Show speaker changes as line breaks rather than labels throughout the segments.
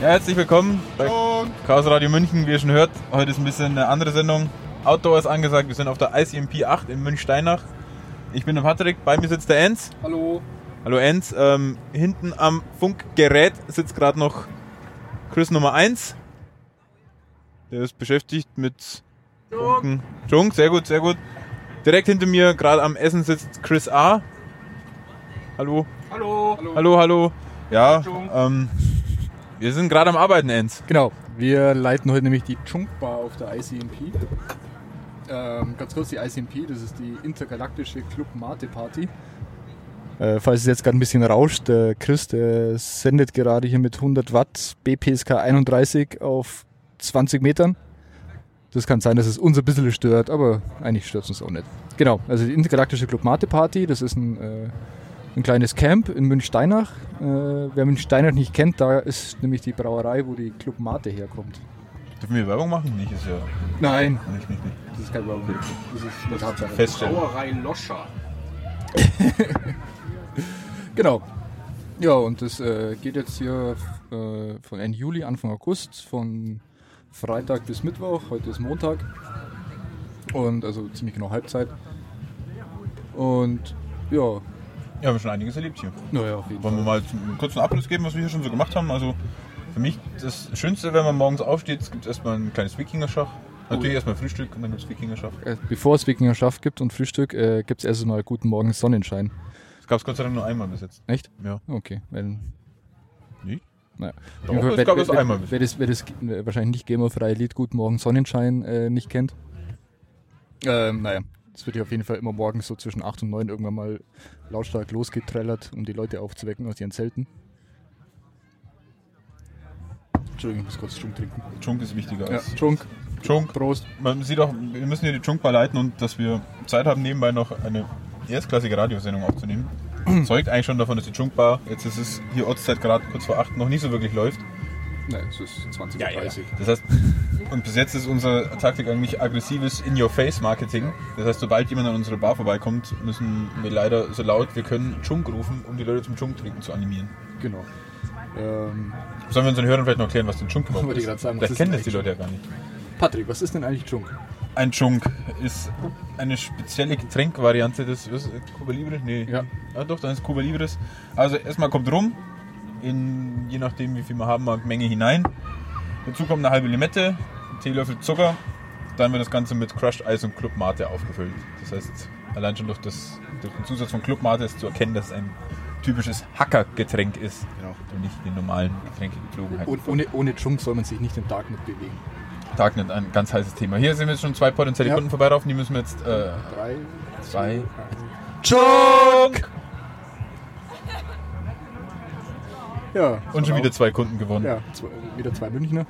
herzlich willkommen bei Chaos Radio München. Wie ihr schon hört, heute ist ein bisschen eine andere Sendung. Outdoor ist angesagt, wir sind auf der ICMP 8 in Münchsteinach. Ich bin der Patrick, bei mir sitzt der Enz.
Hallo.
Hallo Enz, ähm, hinten am Funkgerät sitzt gerade noch Chris Nummer 1. Der ist beschäftigt mit Funken. Junk, sehr gut, sehr gut. Direkt hinter mir, gerade am Essen, sitzt Chris A. Hallo.
Hallo. Hallo.
Hallo, hallo. Ja,
Junk.
ähm, wir sind gerade am Arbeiten, Enz.
Genau. Wir leiten heute nämlich die Chunk Bar auf der ICMP. Ähm, ganz kurz die ICMP, das ist die intergalaktische Club Mate Party. Äh, falls es jetzt gerade ein bisschen rauscht, der Chris der sendet gerade hier mit 100 Watt BPSK 31 auf 20 Metern. Das kann sein, dass es uns ein bisschen stört, aber eigentlich stört es uns auch nicht. Genau, also die intergalaktische Club Mate Party, das ist ein äh, ein kleines Camp in Münchsteinach. Äh, wer Münchsteinach nicht kennt, da ist nämlich die Brauerei, wo die Club Mate herkommt.
Dürfen wir Werbung machen? Nicht, ist ja
Nein,
nicht, nicht, nicht.
das ist kein Werbung. Das ist eine Tatsache.
Feststellen.
Brauerei Loscher.
Genau. Ja, und das äh, geht jetzt hier äh, von Ende Juli, Anfang August, von Freitag bis Mittwoch. Heute ist Montag. Und also ziemlich genau Halbzeit. Und ja,
Ja, wir haben schon einiges erlebt hier.
naja, auf jeden
Wollen wir
Fall.
mal zum- einen kurzen Abriss geben, was wir hier schon so gemacht haben? Also für mich das Schönste, wenn man morgens aufsteht, es gibt erstmal ein kleines Wikinger-Schach. Natürlich erstmal Frühstück und dann gibt es Wikinger-Schach.
Äh, Bevor es Wikinger Schaff gibt und Frühstück, äh, gibt es erst mal guten Morgen Sonnenschein.
Das gab es Gott sei Dank nur einmal bis jetzt.
Echt?
Ja.
Okay, wenn.
Nicht?
Naja.
Doch, es gab es einmal.
Wer das, wer das äh, wahrscheinlich nicht gamerfreie Lied Guten Morgen Sonnenschein äh, nicht kennt. Ähm, naja, das wird ja auf jeden Fall immer morgens so zwischen 8 und 9 irgendwann mal lautstark losgetrellert, um die Leute aufzuwecken aus ihren Zelten. Entschuldigung, ich muss kurz Schunk trinken.
Junk ist wichtiger
Ja,
als
Schunk,
Junk.
Prost.
Man sieht auch, wir müssen hier die Junk mal leiten und dass wir Zeit haben, nebenbei noch eine erstklassige Radiosendung aufzunehmen. Zeugt eigentlich schon davon, dass die Junkbar, jetzt ist es hier Ortszeit gerade kurz vor 8, noch nicht so wirklich läuft.
Nein, es ist 20.30 Uhr.
Das heißt, und bis jetzt ist unsere Taktik eigentlich aggressives In-Your-Face-Marketing. Das heißt, sobald jemand an unsere Bar vorbeikommt, müssen wir leider so laut wir können Chunk rufen, um die Leute zum Chunk trinken zu animieren.
Genau. Ähm,
Sollen wir unseren Hörern vielleicht noch erklären, was den Chunk überhaupt
Wollte ich
ist?
gerade sagen, was
Vielleicht
ist
kennen
denn
das die Leute ja gar nicht.
Patrick, was ist denn eigentlich Schunk?
Ein Chunk ist eine spezielle Getränkvariante des was, Cuba Libre? Nee.
Ja.
ja doch, dann ist Cuba Libres. Also erstmal kommt rum, in, je nachdem wie viel man haben mag, Menge hinein. Dazu kommt eine halbe Limette, ein Teelöffel Zucker. Dann wird das Ganze mit Crushed Eis und Club Mate aufgefüllt. Das heißt, allein schon durch, das, durch den Zusatz von Club Mate ist zu erkennen, dass es ein typisches Hackergetränk ist.
Genau.
Und nicht die normalen Getränkegeflogenheiten.
Und ohne, ohne Chunk soll man sich nicht im Darknet bewegen.
Darknet, ein ganz heißes Thema. Hier sind jetzt schon zwei potenzielle
Ja.
Kunden vorbeiraufen, die müssen wir jetzt äh,
Drei.
zwei
Chunk! Ja.
Und schon wieder zwei Kunden gewonnen.
Ja, zwei, wieder zwei Münchner.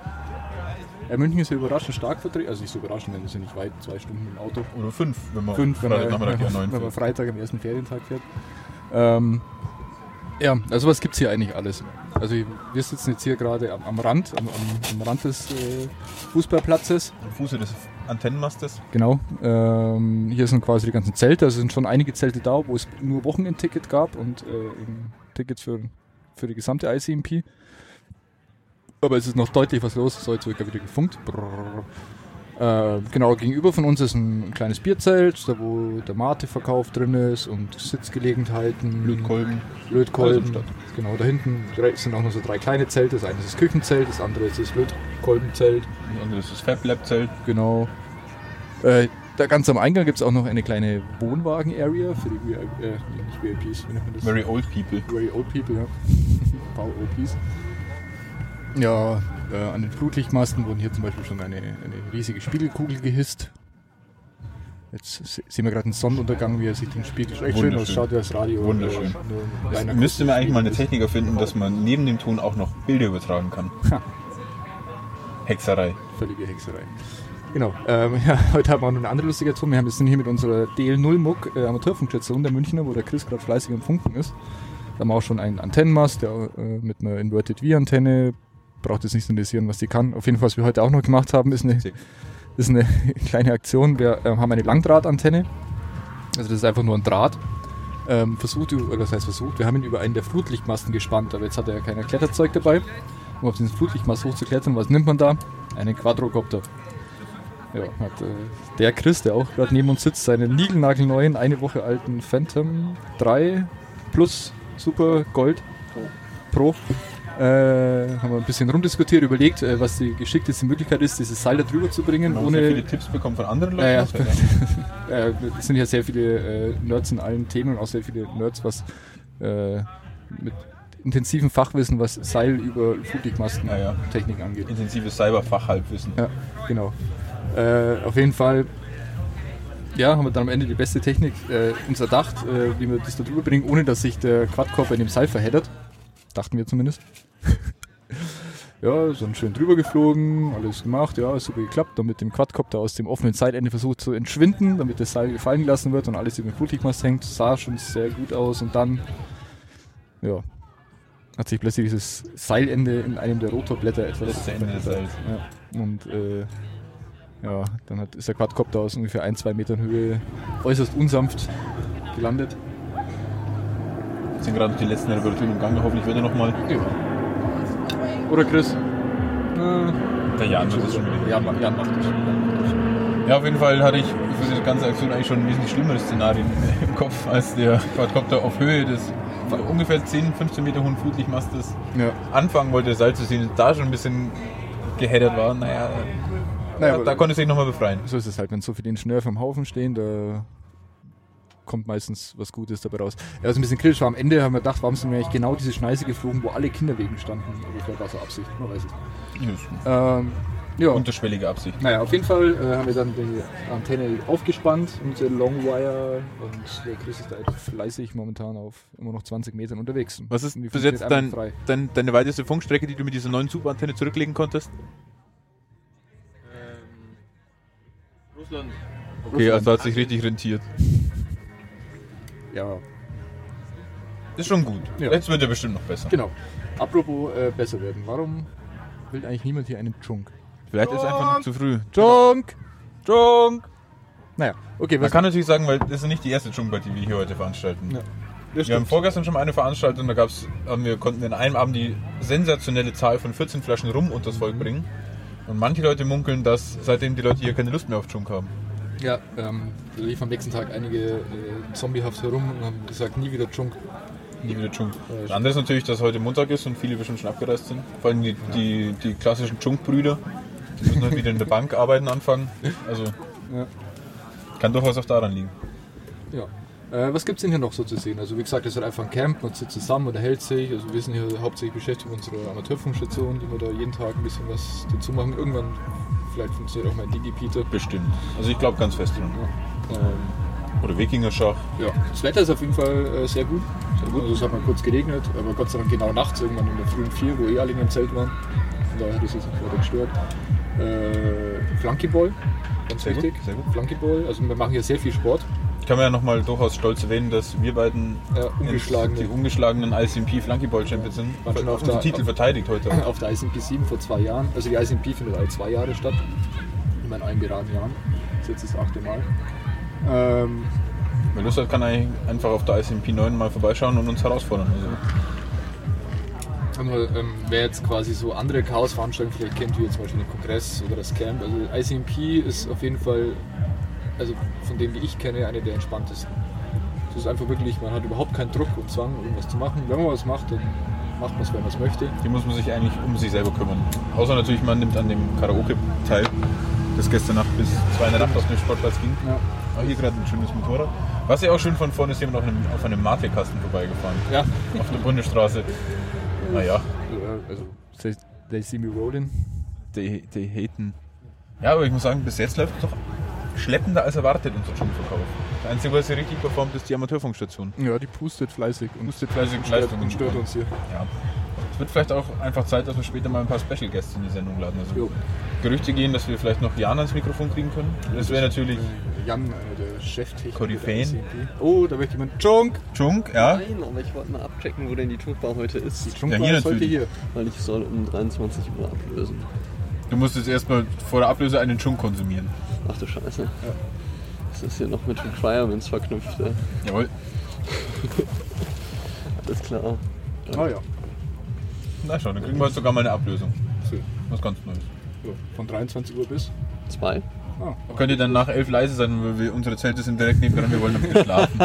Ja, München ist ja überraschend stark vertreten. Also nicht so überraschend, denn es ist ja nicht weit, zwei Stunden mit dem Auto.
Oder fünf, wenn man
Fünf, wenn,
Freitag
man,
Nachmittag hier
wenn man
neun
Freitag am ersten Ferientag fährt. Ähm, ja, also was gibt es hier eigentlich alles? Also wir sitzen jetzt hier gerade am, am Rand, am, am, am Rand des äh, Fußballplatzes.
Am Fuße des Antennenmastes.
Genau. Ähm, hier sind quasi die ganzen Zelte. Also sind schon einige Zelte da, wo es nur Wochenendticket gab und äh, eben Tickets für, für die gesamte ICMP. Aber es ist noch deutlich was los. Es soll circa wieder gefunkt. Brrr. Äh, genau gegenüber von uns ist ein kleines Bierzelt, da wo der Mate-Verkauf drin ist und Sitzgelegenheiten.
Blutkolben. Alles
Lötkolben.
im Stadt.
Genau, da hinten sind auch noch so drei kleine Zelte. Das eine ist das Küchenzelt, das andere ist das Lötkolbenzelt.
Das andere ist das Fab Lab Zelt.
Genau. Äh, da ganz am Eingang gibt es auch noch eine kleine Wohnwagen-Area für die VIP, äh, nicht VIPs, wie nennt man das?
Very old people.
Very old people, ja. VOPs. Ja, äh, an den Flutlichtmasten wurden hier zum Beispiel schon eine, eine riesige Spiegelkugel gehisst. Jetzt se- sehen wir gerade einen Sonnenuntergang, wie er sich den Spiegel echt schön
Wunderschön.
ausschaut, wie das Radio. äh,
Wunderschön.
Nur
Das
rein
müsste man eigentlich mal eine
akustisch
Techniker finden, dass man neben dem Ton auch noch Bilder übertragen kann.
Ha.
Hexerei.
Völlige Hexerei. Genau. Ähm, ja, heute haben wir auch noch eine andere lustige Aktion. Wir haben- wir sind hier mit unserer DL0-Muck äh, Amateurfunkstation der Münchner, wo der Chris gerade fleißig am Funken ist. Da haben wir auch schon einen Antennenmast der, äh, mit einer Inverted V-Antenne. Braucht jetzt nicht zu interessieren, was die kann. Auf jeden Fall, was wir heute auch noch gemacht haben, ist eine,
Sick.
ist eine kleine Aktion. Wir ähm, haben eine Langdrahtantenne. Also das ist einfach nur ein Draht. Ähm, versucht, über- oder was heißt versucht? Wir haben ihn über einen der Flutlichtmasten gespannt, aber jetzt hat er ja kein Kletterzeug dabei. um auf diesen Flutlichtmast hochzuklettern. Was nimmt man da? Einen Quadrocopter. Ja, hat äh, der Chris, der auch gerade neben uns sitzt, seinen niegelnagelneuen, eine Woche alten Phantom 3 plus Super Gold Pro. Äh, haben wir ein bisschen rumdiskutiert, überlegt, äh, was die geschickteste Möglichkeit ist, dieses Seil da drüber zu bringen,
Man
ohne
ohne viele Tipps bekommen von anderen Leuten.
Ja, ja.
Das ist ja-
äh, es sind ja sehr viele äh, Nerds in allen Themen und auch sehr viele Nerds, was äh, mit intensivem Fachwissen, was Seil über Flutlichtmasten
Ja, ja.
Technik angeht.
Intensives Cyberfachhalbwissen.
Ja, genau. Äh, auf jeden Fall, ja, haben wir dann am Ende die beste Technik äh, uns erdacht, äh, wie wir das da drüber bringen, ohne dass sich der Quadkörper in dem Seil verheddert. Dachten wir zumindest. ja, sind schön drüber geflogen, alles gemacht, ja, ist super geklappt. Dann mit dem Quadcopter aus dem offenen Seilende versucht zu entschwinden, damit das Seil gefallen gelassen wird und alles über den Flutlichtmast hängt. Sah schon sehr gut aus und dann, ja, hat sich plötzlich dieses Seilende in einem der Rotorblätter etwas
Letzte Ende des
verändert.
Seils.
Ja. Und äh, ja, dann hat, ist der Quadcopter aus ungefähr ein, zwei Metern Höhe äußerst unsanft gelandet.
Jetzt sind gerade noch die letzten Reparaturen im Gange. Hoffentlich wird er nochmal.
Ja. Oder Chris? Äh.
Der Jan wird das schon wieder.
Jan, ma- Jan macht das.
Ja, auf jeden Fall hatte ich für diese ganze Aktion eigentlich schon ein wesentlich schlimmeres Szenario im Kopf, als der Quadcopter auf Höhe des ungefähr 10, 15 Meter hohen Flutlichtmastes
Ja.
anfangen wollte, das Seil zu ziehen, da schon ein bisschen geheddert war. Naja,
Naja,
da, da konnte ich sich nochmal befreien.
So ist es halt, wenn so viele Ingenieure vom Haufen stehen, da kommt meistens was Gutes dabei raus. Ja, was ein bisschen kritisch war, am Ende haben wir gedacht, warum sind wir eigentlich genau diese Schneise geflogen, wo alle Kinderwegen standen. Aber vielleicht war es auch Absicht, man weiß es. nicht. Ähm, ja.
Unterschwellige Absicht.
Naja, auf jeden Fall äh, haben wir dann die Antenne aufgespannt, unsere Longwire und der Chris ist da jetzt fleißig momentan auf immer noch 20 Metern unterwegs.
Was ist bis
funktioniert
jetzt dein,
einwandfrei.
dein, deine weiteste Funkstrecke, die du mit dieser neuen Superantenne zurücklegen konntest?
Russland.
Okay, also hat sich richtig rentiert.
Ja,
Ist schon gut.
Ja.
Jetzt wird er bestimmt noch besser.
genau. Apropos äh, besser werden, warum will eigentlich niemand hier einen Junk?
Vielleicht ist es einfach noch zu früh.
Junk!
Junk!
Naja, okay,
Man
was
kann natürlich sagen, weil das ist nicht die erste Junk-Party, die wir hier heute veranstalten.
Ja.
Wir haben vorgestern schon mal eine Veranstaltung, da gab's, haben wir konnten in einem Abend die sensationelle Zahl von 14 Flaschen Rum unters Volk
Mhm.
bringen. Und manche Leute munkeln, dass seitdem die Leute hier keine Lust mehr auf Junk haben.
Ja, ähm, da lief am nächsten Tag einige äh, zombiehaft herum und haben gesagt, nie wieder Junk.
Nie wieder Junk. Das andere ist natürlich, dass heute Montag ist und viele bestimmt schon abgereist sind. Vor allem die, die, die klassischen Junk-Brüder. Die müssen halt wieder in der Bank arbeiten anfangen. Also
Ja.
kann durchaus auch daran liegen.
Ja. Äh, was gibt's denn hier noch so zu sehen? Also wie gesagt, es ist halt einfach ein Camp, man sitzt zusammen und hält sich. Also wir sind hier hauptsächlich beschäftigt mit unserer Amateurfunkstation, die wir da jeden Tag ein bisschen was dazu machen. Irgendwann vielleicht funktioniert auch mein Digi-Peter.
Bestimmt. Also ich glaube ganz fest dran.
Ähm,
Oder Wikingerschach.
ja, das Wetter ist auf jeden Fall äh, sehr gut. Sehr gut. Also es hat mal kurz geregnet, aber Gott sei Dank genau nachts, irgendwann in der frühen vier, wo eh alle in dem Zelt waren. Von daher hat es jetzt nicht weiter gestört. Äh, Flunkyball, ganz
Sehr gut,
wichtig.
sehr gut.
Flunkyball, also wir machen hier sehr viel Sport.
Kann man ja nochmal durchaus stolz erwähnen, dass wir beiden äh,
Ja, ungeschlagene.
die ungeschlagenen ICMP Flunkyball Champions sind.
Waren schon auf
Unsere
der-
Titel verteidigt heute. auch.
auf der ICMP 7 vor zwei Jahren. Also die ICMP findet alle zwei Jahre statt. In meinen allen geraden Jahren. Das ist jetzt das achte Mal. Ähm,
Wer Lust hat, kann eigentlich einfach auf der ICMP 9 mal vorbeischauen und uns herausfordern. Also,
aber, ähm, wer jetzt quasi so andere Chaos-Veranstaltungen vielleicht kennt, wie jetzt zum Beispiel den Kongress oder das Camp. Also ICMP ist auf jeden Fall, also von denen, die ich kenne, eine der entspanntesten. Es ist einfach wirklich, man hat überhaupt keinen Druck und Zwang, irgendwas zu machen. Wenn man was macht, dann macht man es, wenn man es möchte.
die muss man sich eigentlich um sich selber kümmern. Außer natürlich, man nimmt an dem Karaoke teil, das gestern Nacht bis 2 in der Nacht auf dem Sportplatz ging.
Ja.
Auch hier gerade ein schönes Motorrad. Was ja auch schön von vorne ist, jemand auf einem, auf einem Mate-Kasten vorbeigefahren.
ja.
Auf der Bundesstraße. Naja.
Also, they, they see me rolling.
Die, die haten. Ja, aber ich muss sagen, bis jetzt läuft es doch schleppender als erwartet, unser Schulverkauf. Das Einzige, was hier richtig performt, ist die Amateurfunkstation.
Ja, die pustet fleißig und
Musste fleißig
stört,
Leistungen
und stört
liefern.
uns hier.
Ja. Es wird vielleicht auch einfach Zeit, dass wir später mal ein paar Special Guests in die Sendung laden. Also
Jo.
Gerüchte gehen, dass wir vielleicht noch Jana ans Mikrofon kriegen können. Das wäre natürlich
Jan, äh, der Cheftechniker.
Koryphäen.
der ICP. Oh, da möchte jemand. Junk!
Junk, ja.
Nein, aber ich wollte mal abchecken, wo denn die Tuchbar heute ist.
Junk
Ja, hier
ist heute
natürlich.
hier.
Weil ich soll um 23 Uhr ablösen.
Du musst jetzt erstmal vor der Ablöse einen Junk konsumieren.
Ach du Scheiße. Das ist hier noch mit Requirements verknüpft. ja.
Jawohl.
Alles klar.
Ah ja.
Na schon, dann kriegen wir jetzt sogar mal eine Ablösung.
Schön.
Was ganz Neues.
Ja, Von 23 Uhr bis.
Zwei.
Ah,
Könnt ihr dann nach elf leise sein, weil wir, unsere Zelte sind direkt nebenan, wir wollen noch wieder schlafen.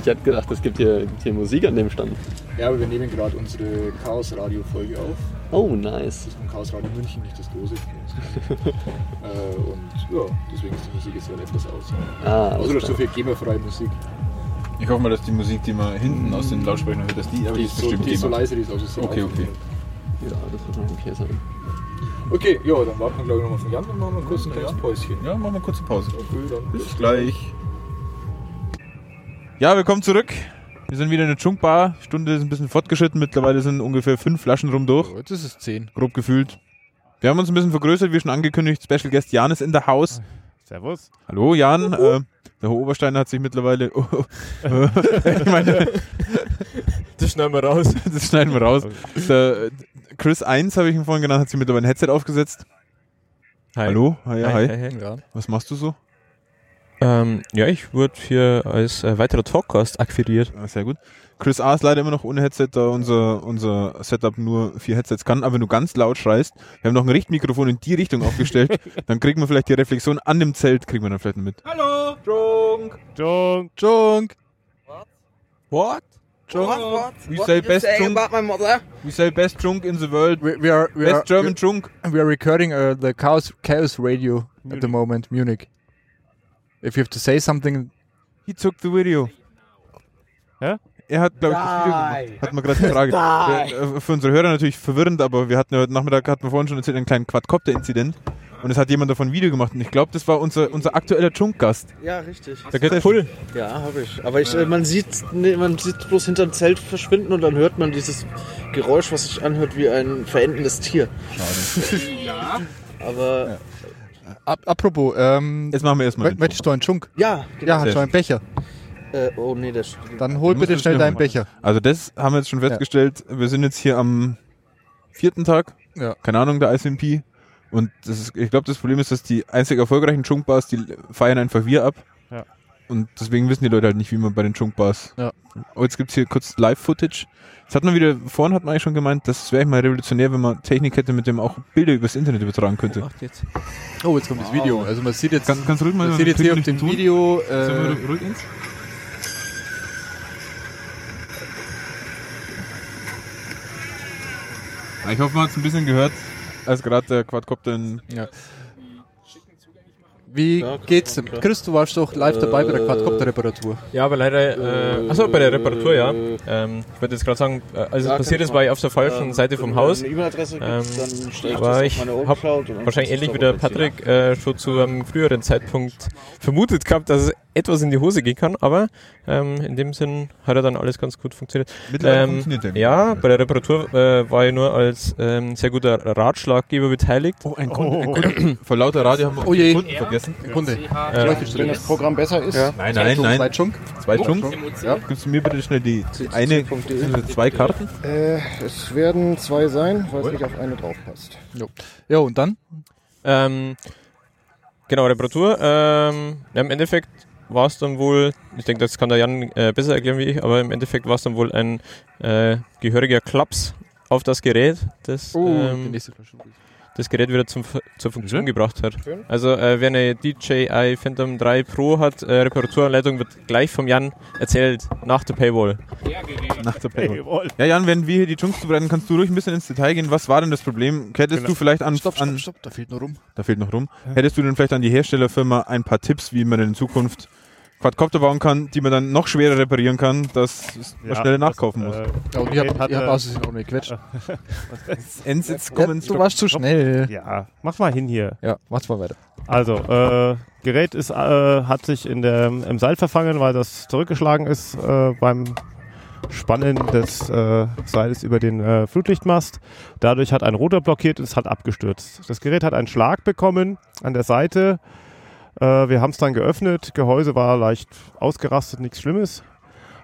Ich hätte gedacht, es gibt hier, gibt hier Musik an dem Stand.
ja, aber wir nehmen gerade unsere Chaos-Radio-Folge auf.
Oh, nice.
Das ist ein Chaos Radio München, nicht das große. äh, und ja, deswegen ist die Musik jetzt relativ etwas aus.
Ah,
Also
alles
das ist so viel GEMA-freie Musik.
Ich hoffe mal, dass die Musik, die man hinten aus den Lautsprechern hört, dass die, aber
Die ist, so, die ist so leise, die ist auch so sehr
Okay, okay.
aufgenommen.
klar. Ja, das wird schon okay sein.
Okay, ja, dann warten wir glaube ich nochmal von Jan und machen wir kurz ein kleines Päuschen.
Ja, machen wir kurze Pause.
Okay, dann bis.
gleich. Ja, willkommen zurück. Wir sind wieder in der Chunkbar. Die Stunde ist ein bisschen fortgeschritten. Mittlerweile sind ungefähr fünf Flaschen rum durch.
Oh,
Jetzt ist es 10.
Grob gefühlt. Wir haben uns ein bisschen vergrößert, wie schon angekündigt. Special Guest Jan ist in der Haus.
Ah, Servus.
Hallo Jan. Äh, der Herr Obersteiner hat sich mittlerweile. oh, äh, ich meine,
Das schneiden wir raus.
das schneiden wir raus. Der äh, Chris 1, habe ich ihn vorhin genannt, hat sich mittlerweile ein Headset aufgesetzt.
Hi.
Hallo? Hi, hi, hi.
Ja.
Was machst du so?
Ähm, ja, ich wurde hier als äh, weiterer Talkgast akquiriert.
Ah, Sehr gut. Chris A ist leider immer noch ohne Headset, da unser, unser Setup nur vier Headsets kann. Aber wenn du ganz laut schreist, wir haben noch ein Richtmikrofon in die Richtung aufgestellt, dann kriegen wir vielleicht die Reflexion an dem Zelt, kriegen wir dann vielleicht mit.
Hallo, Drunk.
Junk.
Junk!
What?
Drunk. What?
We
What
say
you
best
saying
drunk.
about my mother?
We say best drunk in the world.
We, we are, we are,
Best German drunk.
we are recording uh, the Chaos, Chaos Radio at the moment, Munich. If you have to say something,
He took the video.
Hä?
Er hat, glaube ich, das Video gemacht. Hat man gerade die Frage. Der, äh, Für unsere Hörer natürlich verwirrend, aber wir hatten ja heute Nachmittag, hatten wir vorhin schon erzählt, einen kleinen Quadcopter-Inzident. Und es hat jemand davon ein Video gemacht. Und ich glaube, das war unser, unser aktueller Junk-Gast.
Ja, richtig.
Da geht der
Ja, habe ich. Aber ich, äh, man sieht, nee, man sieht bloß hinterm Zelt verschwinden und dann hört man dieses Geräusch, was sich anhört wie ein verendendes Tier. Schade. Aber
ap apropos, ähm,
Jetzt machen wir erstmal. den
möchtest du einen Junk?
ja,
Ja,
genau.
hat schon einen Becher.
Äh, oh nee, das.
Dann hol
Dann musst
bitte
du
schnell
schnell
deinen
machen.
Becher.
Also das haben wir jetzt schon festgestellt. Wir sind jetzt hier am vierten Tag.
Ja.
Keine Ahnung, der ICMP. Und das ist, ich glaube, das Problem ist, dass die einzig erfolgreichen Chunkbars, die feiern einfach wir ab.
Ja.
Und deswegen wissen die Leute halt nicht, wie man bei den Chunkbars.
Ja.
Oh, jetzt gibt's hier kurz Live-Footage. Das hat man wieder, vorhin hat man eigentlich schon gemeint, das wäre eigentlich mal revolutionär, wenn man Technik hätte, mit dem auch Bilder übers Internet übertragen könnte.
Macht jetzt.
Oh, jetzt kommt das Video. Also man sieht jetzt,
Ganz, ganz ruhig mal.
man sieht jetzt hier auf dem
Ton-
Video,
Sollen wir
äh,
ruhig ins? Ja, Ah, Ich hoffe, man hat es ein bisschen gehört, als gerade der Quadcopter in
wie
Ja,
geht's
klar,
dem?
klar.
Chris, du warst doch live dabei bei der
Äh,
Quadcopter-Reparatur.
Ja, aber leider. Äh, achso, bei der Reparatur, ja. Ähm, ich wollte jetzt gerade sagen, äh, als
Ja,
es passiert
kann
ist,
ich
war ich auf der falschen
Ähm,
Seite
wenn
vom
du
Haus.
Eine E-Mail-Adresse gibst,
Ähm,
dann stelle ich
aber
das
ich
auf meine
hab
Overcloud. und dann
Wahrscheinlich
ist
ähnlich
das
wie der
auch okay.
Patrick äh, schon zu einem früheren Zeitpunkt vermutet gehabt, dass es etwas in die Hose gehen kann, aber ähm, in dem Sinn hat er dann alles ganz gut funktioniert.
Mittlerweile
Ähm,
funktioniert der.
Ja, bei der Reparatur äh, war ich nur als ähm, sehr guter Ratschlaggeber beteiligt.
Oh, ein Kunde. Ein Kunde. Vor lauter Radio haben wir
Oh je.
Kunden vergessen.
Kunde.
Äh,
Wenn das Programm besser ist,
Nein, nein, nein.
Junk.
Zwei Chunks.
Ja.
Gibst du mir bitte schnell die eine, beziehungsweise zwei Karten?
Äh, es werden zwei sein, weil es nicht auf eine draufpasst.
Ja, und dann?
Ähm, genau, Reparatur. Ähm, ja, Im Endeffekt war es dann wohl, ich denke, das kann der Jan äh, besser erklären wie ich, aber im Endeffekt war es dann wohl ein äh, gehöriger Klaps auf das Gerät, das
Oh,
die
ähm,
nächste Flasche.
das Gerät wieder zum, zur Funktion gebracht hat. Also äh, wer eine DJI Phantom 3 Pro hat, äh, Reparaturanleitung wird gleich vom Jan erzählt, nach der Paywall.
Nach der Paywall. Ja, Jan, wenn wir hier die Chunks zubereiten, kannst du ruhig ein bisschen ins Detail gehen. Was war denn das Problem? Hättest
Genau.
du vielleicht an,
Stopp,
an
stopp, stopp, da fehlt nur rum.
Da fehlt noch rum. Hättest du denn vielleicht an die Herstellerfirma ein paar Tipps, wie man in Zukunft Quadcopter bauen kann, die man dann noch schwerer reparieren kann, dass es- man schneller
äh,
nachkaufen muss?
Ja, und ich hab, ich hab aus Versehen auch nicht gequetscht.
Endsitz
Ja,
kommen.
du warst zu schnell.
Ja, mach mal hin hier.
Ja, mach's mal weiter.
Also, äh, Gerät ist, äh, hat sich in der, im Seil verfangen, weil das zurückgeschlagen ist äh, beim Spannen des äh, Seils über den äh, Flutlichtmast. Dadurch hat ein Rotor blockiert und es hat abgestürzt. Das Gerät hat einen Schlag bekommen an der Seite. Äh, wir haben es dann geöffnet. Gehäuse war leicht ausgerastet, nichts Schlimmes.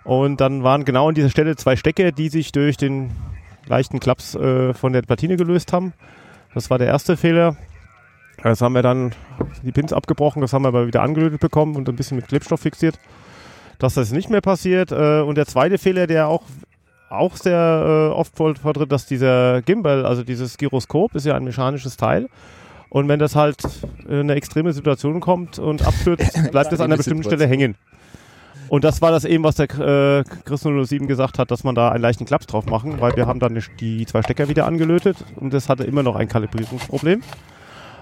Und dann waren genau an dieser Stelle zwei Stecker, die sich durch den leichten Klaps äh, von der Platine gelöst haben. Das war der erste Fehler. Das haben wir dann die Pins abgebrochen, das haben wir aber wieder angelötet bekommen und ein bisschen mit Klebstoff fixiert, dass das nicht mehr passiert. Äh, Und der zweite Fehler, der auch auch sehr äh, oft vor- vortritt, dass dieser Gimbal, also dieses Gyroskop, ist ja ein mechanisches Teil. Und wenn das halt in eine extreme Situation kommt und abstürzt, bleibt es an einer bestimmten Stelle hängen. Und das war das eben, was der äh, Chris 007 gesagt hat, dass man da einen leichten Klaps drauf machen, weil wir haben dann die zwei Stecker wieder angelötet und das hatte immer noch ein Kalibrierungsproblem.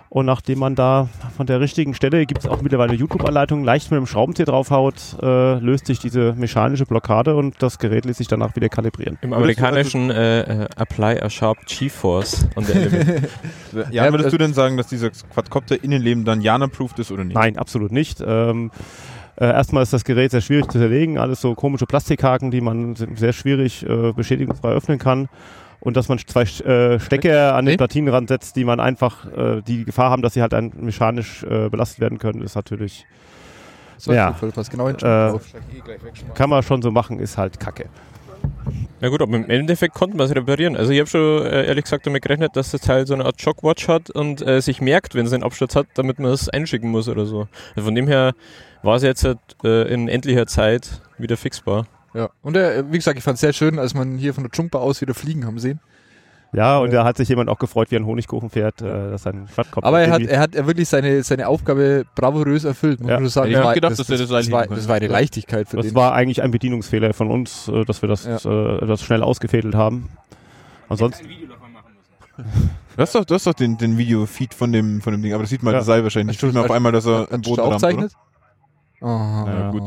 Und nachdem man da von der richtigen Stelle, gibt es auch mittlerweile YouTube-Anleitungen, leicht mit dem Schraubenzieher draufhaut, äh, löst sich diese mechanische Blockade und das Gerät lässt sich danach wieder kalibrieren.
Im amerikanischen äh, äh, Apply a Sharp G-Force on the Element.
Ja,
Ja, äh,
würdest
das-
du denn sagen, dass dieser Quadcopter Innenleben dann Jana-proofed ist oder nicht?
Nein, absolut nicht. Ähm, äh, erstmal ist das Gerät sehr schwierig zu zerlegen, alles so komische Plastikhaken, die man se- sehr schwierig äh, beschädigungsfrei öffnen kann. Und dass man zwei äh, Stecker an den
Nee.
Platinenrand setzt, die man einfach, äh, die Gefahr haben, dass sie halt ein, mechanisch äh, belastet werden können, ist natürlich,
So,
Ja.
du passt genau hin.
äh, kann man schon so machen, ist halt kacke.
Na gut, aber im Endeffekt konnten wir es reparieren. Also ich habe schon äh, ehrlich gesagt damit gerechnet, dass das Teil so eine Art Shockwatch hat und äh, sich merkt, wenn es einen Absturz hat, damit man es einschicken muss oder so. Also von dem her war es jetzt halt, äh, in endlicher Zeit wieder fixbar.
Ja. Und äh, wie gesagt, ich fand es sehr schön, als man hier von der Chungpa aus wieder fliegen haben sehen.
Ja, und da hat sich jemand auch gefreut, wie ein Honigkuchen fährt, äh, dass ein Schwadkopf
Aber er hat, er hat wirklich seine, seine Aufgabe bravourös erfüllt, muss
Ja.
man sagen.
Ich
Das
hab
war-
gedacht, dass er das
das, war,
erledigen
das war eine Leichtigkeit für
Das
den.
war eigentlich ein Bedienungsfehler von uns, äh, dass wir das, äh, das schnell ausgefädelt haben. Ansonsten,
Du hast doch, du hast doch den, den Video-Feed von dem, von dem Ding, aber das sieht man
Ja.
das Seil wahrscheinlich nicht.
Hast du-
Sieht man auf
hast-
einmal, dass er äh, im
Hat
Boden
Stau
rammt, oder?
aufzeichnet? Oh, ja,
gut.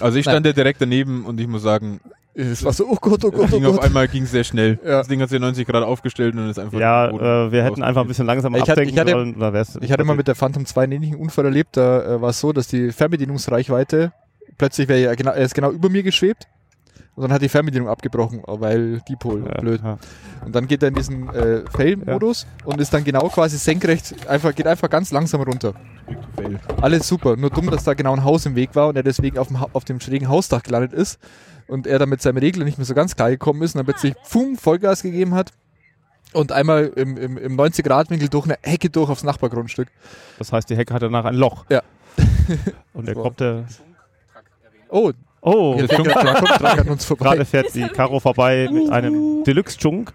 Also ich stand ja direkt daneben und ich muss sagen,
Es war so, oh Gott, oh
das
Gott, oh
Ding auf
Gott.
einmal ging sehr schnell.
Ja.
Das Ding hat sich 90 Grad aufgestellt und ist einfach...
ja,
auf den Boden
äh, wir hätten einfach ein bisschen langsamer
Ich hatte-
abdenken
ich hatte-
sollen. Da wär's
Ich hatte mal mit der Phantom 2 einen ähnlichen Unfall erlebt. Da äh, war es so, dass die Fernbedienungsreichweite, plötzlich wäre er, genau, er ist genau über mir geschwebt. Und dann hat die Fernbedienung abgebrochen, weil Dipol,
Ja,
blöd.
ja.
Und dann geht er in diesen äh, Fail-Modus und ist dann genau quasi senkrecht, einfach, geht einfach ganz langsam runter. Alles super, nur dumm, dass da genau ein Haus im Weg war und er deswegen auf dem, Ha- auf dem schrägen Hausdach gelandet ist und er dann mit seinem Regler nicht mehr so ganz klar gekommen ist und dann plötzlich pfum, Vollgas gegeben hat und einmal im, im, im 90-Grad-Winkel durch eine Hecke durch aufs Nachbargrundstück.
Das heißt, die Hecke hat danach ein Loch.
Ja.
Und der
So.
Kopter.
Oh,
Oh,
der Funktruck an uns vorbei.
gerade fährt die Karo vorbei mit einem Deluxe-Chunk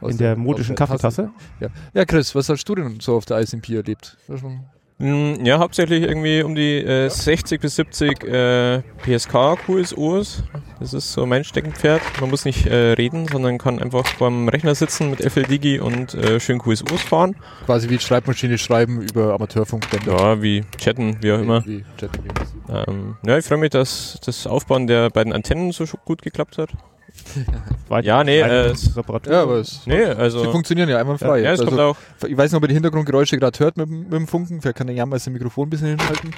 Aus
in der modischen
aus der
Kaffeetasse.
Ja. ja, Chris, was hast du denn so auf der ISMP erlebt?
Mm, ja, hauptsächlich irgendwie um die äh, 60 bis 70 äh, PSK QSOs. Das ist so mein Steckenpferd. Man muss nicht äh, reden, sondern kann einfach beim Rechner sitzen mit FLDigi und äh, schön QSOs fahren.
Quasi wie Schreibmaschine schreiben über Amateurfunksender.
Ja, wie chatten, wie auch immer.
Wie Jet-Games.
Ähm, ja, ich freue mich, dass das Aufbauen der beiden Antennen so sch- gut geklappt hat.
Weit-
Ja, nee,
weit-
äh, es-
Reparatur.
Ja, aber es,
Nee,
sie
also.
funktionieren ja einwandfrei.
Ja, es kommt auch.
ich weiß nicht, ob ihr die Hintergrundgeräusche gerade hört mit, dem- mit dem Funken. Vielleicht kann der Jan mal sein Mikrofon ein bisschen hinhalten.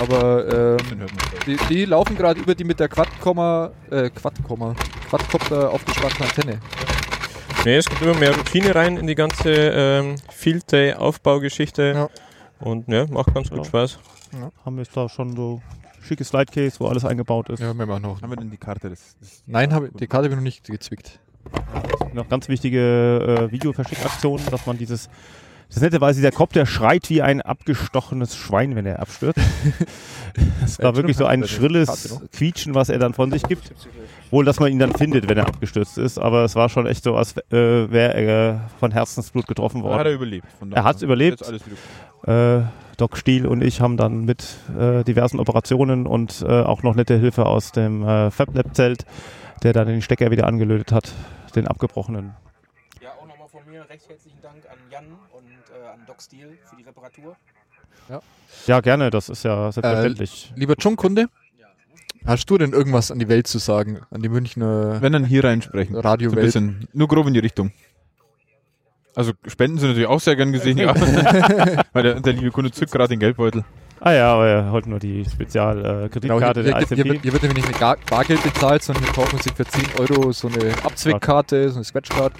Aber ähm, die, die laufen gerade über die mit der Quadkomma, äh, Quadkomma, Quadcopter aufgespannte Antenne.
Nee, es kommt immer mehr Routine rein in die ganze ähm, Field Day Aufbaugeschichte. Und ja, macht ganz gut
Ja.
Spaß.
Haben wir jetzt da schon so schickes Lightcase, wo alles eingebaut ist.
wir machen noch.
Haben wir denn die Karte? Das, das
Nein, hab, ich- die Karte habe ich noch nicht gezwickt.
Noch ganz wichtige äh, Videoverschickaktionen, dass man dieses. Das nette war, dieser Kopf, der schreit wie ein abgestochenes Schwein, wenn er abstürzt. Das war wirklich so ein schrilles Quietschen, was er dann von sich gibt. Wohl, dass man ihn dann findet, wenn er abgestürzt ist. Aber es war schon echt so, als äh, wäre er von Herzensblut getroffen
hat
worden.
er überlebt. Von
Er hat's
daher
überlebt.
ist Alles wieder gut.
Äh, Doc Stiel und ich haben dann mit äh, diversen Operationen und äh, auch noch nette Hilfe aus dem äh, FabLab-Zelt, der dann den Stecker wieder angelötet hat, den abgebrochenen.
Ja, auch nochmal von mir recht herzlichen Dank an Jan und äh, an Doc Steele für die Reparatur.
Ja, gerne, das ist ja selbstverständlich.
Lieber Chung-Kunde, hast du denn irgendwas an die Welt zu sagen? An die Münchner
Wenn dann hier reinsprechen.
Radio
So ein
Welt?
bisschen. Nur grob in die Richtung. Also Spenden sind natürlich auch sehr gern gesehen, ja. Weil der, der liebe Kunde zückt gerade den Geldbeutel.
ah ja, aber ja, heute nur die Spezialkreditkarte äh, Kreditkarte
Genau, hier,
der
hier, hier,
ICP.
wird- hier wird nämlich nicht gar Bargeld bezahlt, sondern hier kaufen sich für 10 Euro so eine Abzweckkarte, so eine Scratchcard.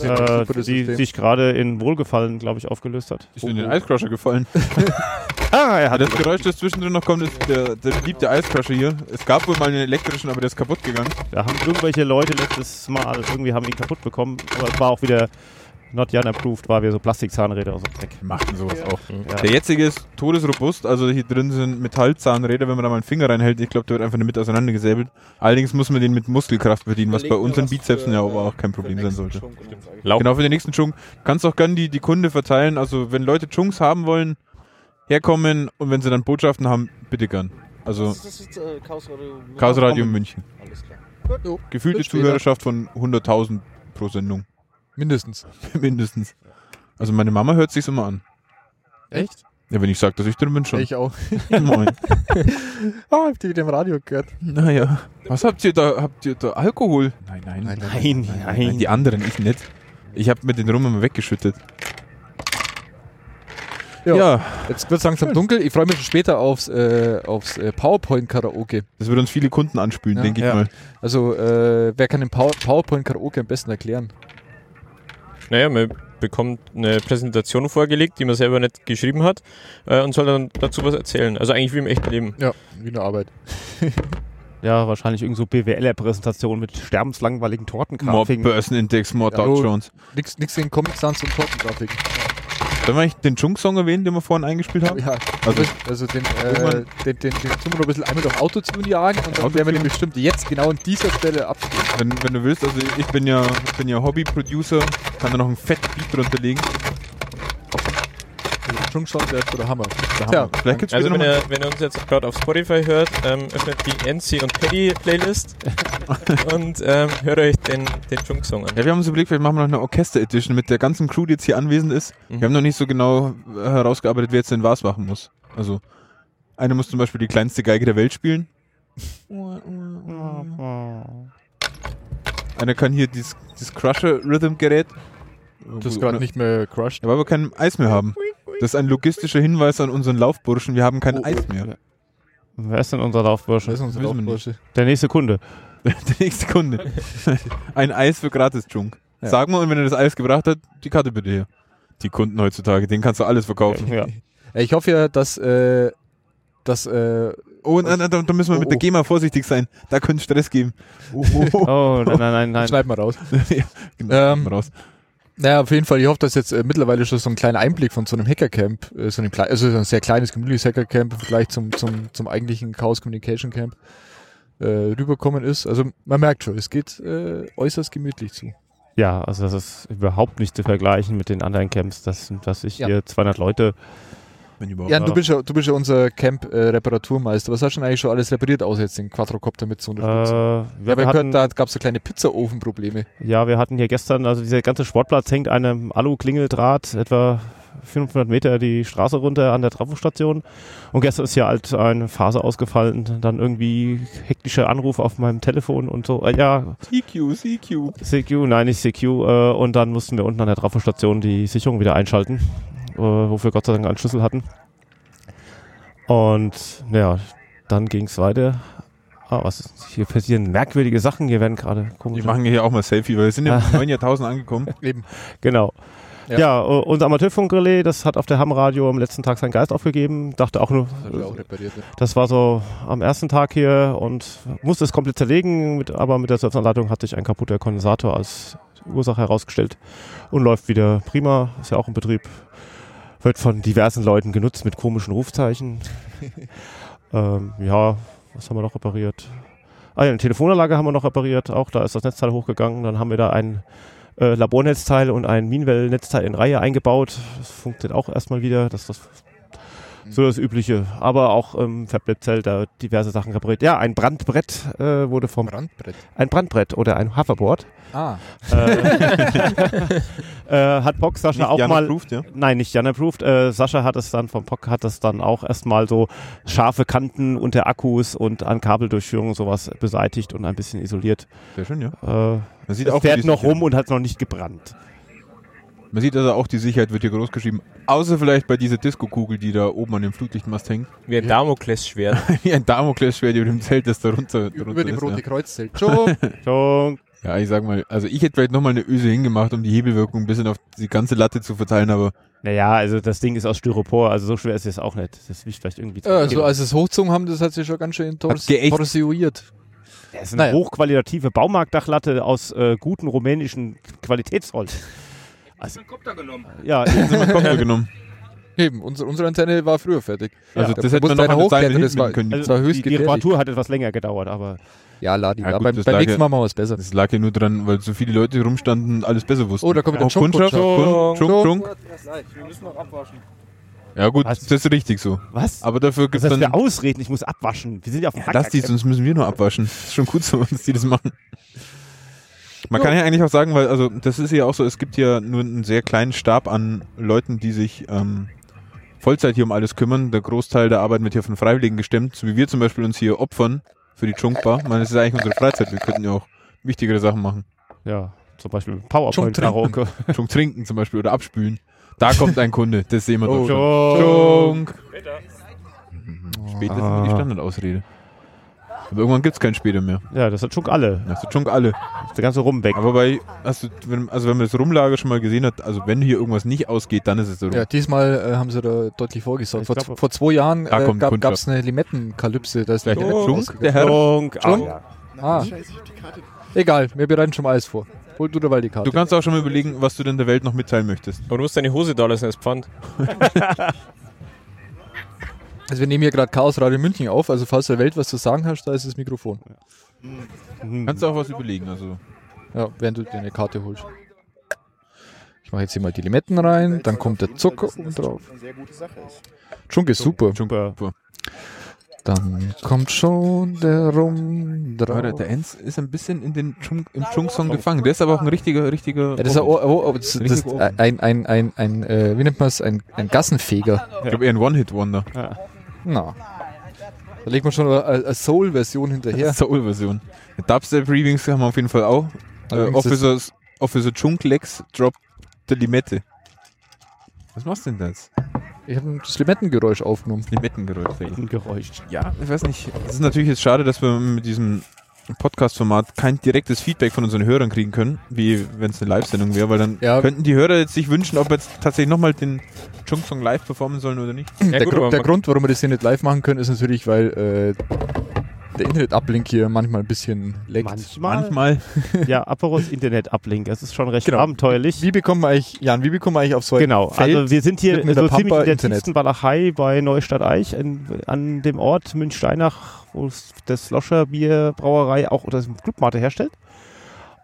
Äh,
Super, das
die
System.
sich gerade in Wohlgefallen, glaube ich, aufgelöst hat.
Ist
Oh.
in den Eiscrusher gefallen.
Ah, er
Ja,
hat
das Geräusch, das zwischendrin noch kommt, ist der, der beliebte Eiscrusher hier. Es gab wohl mal einen elektrischen, aber der ist kaputt gegangen.
Da haben irgendwelche Leute letztes Mal irgendwie haben ihn kaputt bekommen, aber es war auch wieder Not Jan approved war, wir so Plastikzahnräder und so Dreck.
Macht denn sowas auch.
Ja.
Der jetzige ist todesrobust, also hier drin sind Metallzahnräder, wenn man da mal einen Finger reinhält, ich glaube, der wird einfach damit auseinandergesäbelt. Allerdings muss man den mit Muskelkraft bedienen, was bei unseren Bizepsen ja aber auch kein Problem sein sollte.
Lauf.
Genau für den nächsten Chung. Kannst auch gern die, die Kunde verteilen, also wenn Leute Chunks haben wollen, herkommen und wenn sie dann Botschaften haben, bitte gern. Also
Das ist jetzt äh, Chaos Radio.
Chaos Radio München.
Alles klar.
Gefühlte
Bis später.
Zuhörerschaft von 100.000 pro Sendung.
Mindestens.
Mindestens. Also meine Mama hört sich's immer an.
Echt?
Ja, wenn ich sage, dass ich drin bin schon.
Ich auch.
Moin.
Ah, hab die wieder im Radio gehört.
Naja. Was habt ihr da? Habt ihr da Alkohol? Nein, nein. Nein,
Nein, nein.
die anderen, ich nicht. Ich hab mir den Rum immer weggeschüttet.
Ja.
ja,
Jetzt wird's langsam dunkel. Ich freue mich schon später aufs, äh, aufs äh, PowerPoint-Karaoke.
das wird uns viele Kunden anspülen,
Ja.
denke ich
Ja.
mal.
Also, äh, wer kann den Pow- PowerPoint-Karaoke am besten erklären?
Naja, man bekommt eine Präsentation vorgelegt, die man selber nicht geschrieben hat äh, und soll dann dazu was erzählen. Also eigentlich wie im echten Leben.
Ja, wie eine Arbeit.
Ja, wahrscheinlich irgend so BWLer-Präsentation mit sterbenslangweiligen
More
Tortenkarpfingen.
Person Index, More
Ja,
Dow
oh.
Jones.
Nix, nix gegen Comic Sans und Tortengrafik.
Sollen wir eigentlich den Chunk-Song erwähnen, den wir vorhin eingespielt haben?
Ja,
Also-
also, also den, äh,
Irgendwann-
den, den, den tun wir noch ein bisschen einmal durch Autotune jagen und dann werden wir den bestimmt jetzt genau an dieser Stelle ab.
Wenn, wenn du willst, also ich bin ja, ich bin ja Hobby-Producer, kann da noch einen fetten Beat drunter legen.
Schon schon der ist der Hammer.
Da
Tja.
haben wir- Vielleicht gibt's
Also
wieder noch
wenn
mal-
ihr, wenn ihr uns jetzt gerade auf Spotify hört, ähm, öffnet die NC und Paddy Playlist und ähm, hört euch den, den Junk-Song an.
Ja, wir haben uns überlegt, vielleicht machen wir noch eine Orchester-Edition mit der ganzen Crew, die jetzt hier anwesend ist.
Mhm.
Wir haben noch nicht so genau äh, herausgearbeitet, wer jetzt denn was machen muss. Also, einer muss zum Beispiel die kleinste Geige der Welt spielen.
Hm.
Einer kann hier dieses, dieses Crusher-Rhythm-Gerät.
Das ist gerade nicht mehr crushed.
Ja, weil wir kein Eis mehr haben. Das ist ein logistischer Hinweis an unseren Laufburschen, wir haben kein Eis mehr.
Wer ist denn unser Laufbursche?
unsere
Wissen wir nicht.
Laufbursche.
Der nächste Kunde.
der nächste Kunde. ein Eis für gratis Junk. Sag mal, und wenn er das Eis gebracht hat, die Karte bitte her. Die Kunden heutzutage, denen kannst du alles verkaufen.
Ja.
Ey, Ich hoffe ja, dass, äh, dass äh,
Oh, nein, nein, da, da müssen wir
Oh,
mit der
oh.
GEMA vorsichtig sein. Da könnte Stress geben. Oh,
Oh, nein, nein, nein. nein.
schneid mal raus.
ja, genau.
Ähm,
raus.
Naja, auf jeden Fall. Ich hoffe, dass jetzt äh, mittlerweile schon so ein kleiner Einblick von so einem Hackercamp, äh, so einem klei- also so ein sehr kleines, gemütliches Hackercamp im Vergleich zum, zum, zum eigentlichen Chaos Communication Camp äh, rüberkommen ist. Also man merkt schon, es geht äh, äußerst gemütlich zu.
Ja, also das ist überhaupt nicht zu vergleichen mit den anderen Camps. Das sind, dass ich
Ja.
hier 200 Leute.
Wenn überhaupt.
Jan, du bist ja, du bist ja unser Camp-Reparaturmeister. Was hast du denn eigentlich schon alles repariert, außer jetzt den Quadrocopter mit zu
Äh,
unterstützen?
wir,
ja,
wir
wir
hatten,
hatten, da gab es so kleine Pizzaofenprobleme.
ja, wir hatten hier gestern, also dieser ganze Sportplatz hängt einem Alu-Klingeldraht etwa 500 Meter die Straße runter an der Trafostation. Und gestern ist hier halt eine Phase ausgefallen. Dann irgendwie hektischer Anruf auf meinem Telefon und so. Äh, ja,
CQ, CQ.
CQ, nein, nicht CQ. Äh, und dann mussten wir unten an der Trafostation die Sicherung wieder einschalten, äh, wofür Gott sei Dank einen Schlüssel hatten. Und ja, dann ging es weiter. Ah, was ist hier passieren? Merkwürdige Sachen hier werden gerade
Wir
komisch.
machen hier auch mal Selfie, weil wir sind im neuen Jahrtausend angekommen.
Eben.
Genau.
Ja.
Ja, äh, unser Amateurfunkrelais, das hat auf der Hammradio am letzten Tag seinen Geist aufgegeben. Dachte auch nur,
Das haben wir auch repariert. ne?
das war so am ersten Tag hier und musste es komplett zerlegen, mit, aber mit der Surfanleitung hat sich ein kaputter Kondensator als Ursache herausgestellt und läuft wieder prima, ist ja auch im Betrieb. Wird von diversen Leuten genutzt mit komischen Rufzeichen. ähm, ja, was haben wir noch repariert? Ah ja, eine Telefonanlage haben wir noch repariert, auch da ist das Netzteil hochgegangen. Dann haben wir da ein äh, Labornetzteil und ein Minwell-Netzteil in Reihe eingebaut. Das funktioniert auch erstmal wieder, dass das
Mhm.
so das Übliche. Aber auch im Fablab-Zelt da diverse Sachen repariert. Ja, ein Brandbrett äh, wurde vom...
Brandbrett.
Ein Brandbrett oder ein Hoverboard.
Ah,
Äh, hat Box Sascha auch
Jan
mal...
approved, ja?
Nein, nicht Jan approved. Äh, Sascha hat es dann vom Pock hat es dann auch erstmal so scharfe Kanten unter Akkus und an Kabeldurchführungen sowas beseitigt und ein bisschen isoliert.
Sehr schön, ja.
Äh,
Man sieht,
es
auch
fährt
die
noch
Sicherheit-
rum und hat noch nicht gebrannt.
Man sieht also auch, die Sicherheit wird hier groß geschrieben. Außer vielleicht bei dieser Disco-Kugel, die da oben an dem Flutlichtmast hängt.
Wie ein Damoklesschwert.
Wie ein Damoklesschwert über dem Zelt, das da runter,
über
drunter
dem
ist,
Rote Kreuz zählt. Schon.
So,
Ja, ich sag mal, also ich hätte vielleicht nochmal eine Öse hingemacht, um die Hebelwirkung ein bisschen auf die ganze Latte zu verteilen, aber
naja, also das Ding ist aus Styropor, also so schwer ist es auch nicht. Das wiegt vielleicht irgendwie... zwei
Ja, so
Kilo.
als sie es hochgezogen haben, das hat sich schon ganz schön tors
Habt ihr echt-
torsioiert.
Das ist eine
Naja.
hochqualitative Baumarktdachlatte aus äh, gutem rumänischen Qualitätsholz. Also-
einen Kopter genommen.
Ja, also,
Kopf genommen.
Eben, unsere, unsere Antenne war früher fertig.
Also
Ja,
das
da
hätte man
muss
noch
einer
eine Seite
hochklettern, das
hinten
war-
können.
das
also
war höchst
die, die
gefährlich.
Reparatur hat etwas länger gedauert, aber
Ja, Ladi,
Ja,
ja,
gut,
beim,
das
beim
lag
nächsten
ja-
Mal machen wir es besser.
Das lag ja nur dran, weil so viele Leute rumstanden, alles besser wussten.
Oh, da kommt der
Auch Kundschaft. Kun-
Kundschaft.
Schunk, Schunk.
Wir müssen noch abwaschen.
Ja gut,
Was?
das ist richtig so.
was?
Aber dafür
Das
gibt es
heißt, wir
dann...
ausreden, ich muss abwaschen. Wir sind ja auf dem
Lass die, sonst müssen wir nur abwaschen. Ist schon gut so, dass die das machen. Man kann ja eigentlich auch sagen, weil, also das ist ja auch so, es gibt ja nur einen sehr kleinen Stab an Leuten, die sich ähm, Vollzeit hier um alles kümmern. Der Großteil der Arbeit wird hier von Freiwilligen gestemmt, so wie wir zum Beispiel uns hier opfern für die Chunkbar. Ich meine, das ist eigentlich unsere Freizeit, wir könnten ja auch wichtigere Sachen machen.
Ja, zum Beispiel
Schon trinken.
PowerPoint-Karaoke.
Chunk trinken zum Beispiel oder abspülen. Da kommt ein Kunde, das sehen wir
Oh,
Oh,
doch schon. Chunk. Spätestens
Ah.
die Standardausrede. Aber irgendwann gibt es kein Später mehr.
Ja, das hat schon alle.
Hast du Chunk alle.
Der ganze Rum weg.
Aber bei, hast du, wenn, also wenn man das Rumlager schon mal gesehen hat, also wenn hier irgendwas nicht ausgeht, dann ist es so rum.
Ja, diesmal äh, haben sie da deutlich vorgesorgt.
Ich
Vor,
glaub-
vor zwei Jahren
Da
äh,
kommt
gab
Kundschaft.
es eine Limettenkalypse. Da ist
Vielleicht
die
der
Limetten
Chunk, der
ausgegangen.
Herr.
Chunk,
Schon?
ah,
Ah. Egal, wir bereiten schon mal alles vor. Hol du dabei die Karte.
Du kannst auch schon mal überlegen, was du denn der Welt noch mitteilen möchtest.
Aber du musst deine Hose da lassen, das Pfand.
also wir nehmen hier gerade Chaos Radio München auf. Also falls der Welt was zu sagen hast, da ist das Mikrofon. Mhm.
Hm.
Kannst du auch was überlegen, also.
Ja, während du dir eine Karte holst. Ich mache jetzt hier mal die Limetten rein. Dann kommt der Zucker oben drauf.
Eine sehr gute Sache ist.
Chunk ist super.
Chunk.
Super.
Dann kommt schon der Rum
Alter,
drauf.
der Enz ist ein bisschen in den Chunk, im Chunk-Song gefangen. Der ist aber auch ein richtiger, richtiger.
Ja, das ist ein, Ohr- Ohr- Ohr- das, das, äh,
Ohren.
ein, ein, ein, ein äh, wie nennt man es, ein, ein Gassenfeger.
ich glaube eher ein One-Hit-Wonder.
Na. Da legt man schon eine, eine Soul-Version hinterher.
Soul-Version. Dubstep Remix haben wir auf jeden Fall auch. Äh,
Allerdings ist-
Officer, Officer Chunk Lex droppt die Limette. Was machst du denn da jetzt?
Ich habe das Limettengeräusch aufgenommen.
Limettengeräusch.
Ein Geräusch.
Ja, ich weiß nicht. Es ist natürlich jetzt schade, dass wir mit diesem Podcast-Format kein direktes Feedback von unseren Hörern kriegen können, wie wenn es eine Live-Sendung wäre, weil dann
Ja.
könnten die Hörer jetzt sich wünschen, ob wir jetzt tatsächlich nochmal den Chunk-Song live performen sollen oder nicht.
Ja,
der,
gut,
Gru
aber
der
man-
Grund, warum wir das hier nicht live machen können, ist natürlich, weil äh, der Internet-Uplink hier manchmal ein bisschen leckt.
Manchmal.
Manchmal.
Ja, Aperos Internet-Uplink. Das ist schon recht
Genau.
abenteuerlich.
Wie bekommen wir eigentlich, Jan, wie bekommen wir eigentlich auf so ein
Genau,
Feld?
also wir sind hier
mitten in
so
der
ziemlich
Pampa
in der
Internet.
tiefsten Walachei bei Neustadt-Eich, in- an dem Ort Münchsteinach, wo es das Loscher Bierbrauerei auch oder das Clubmate herstellt.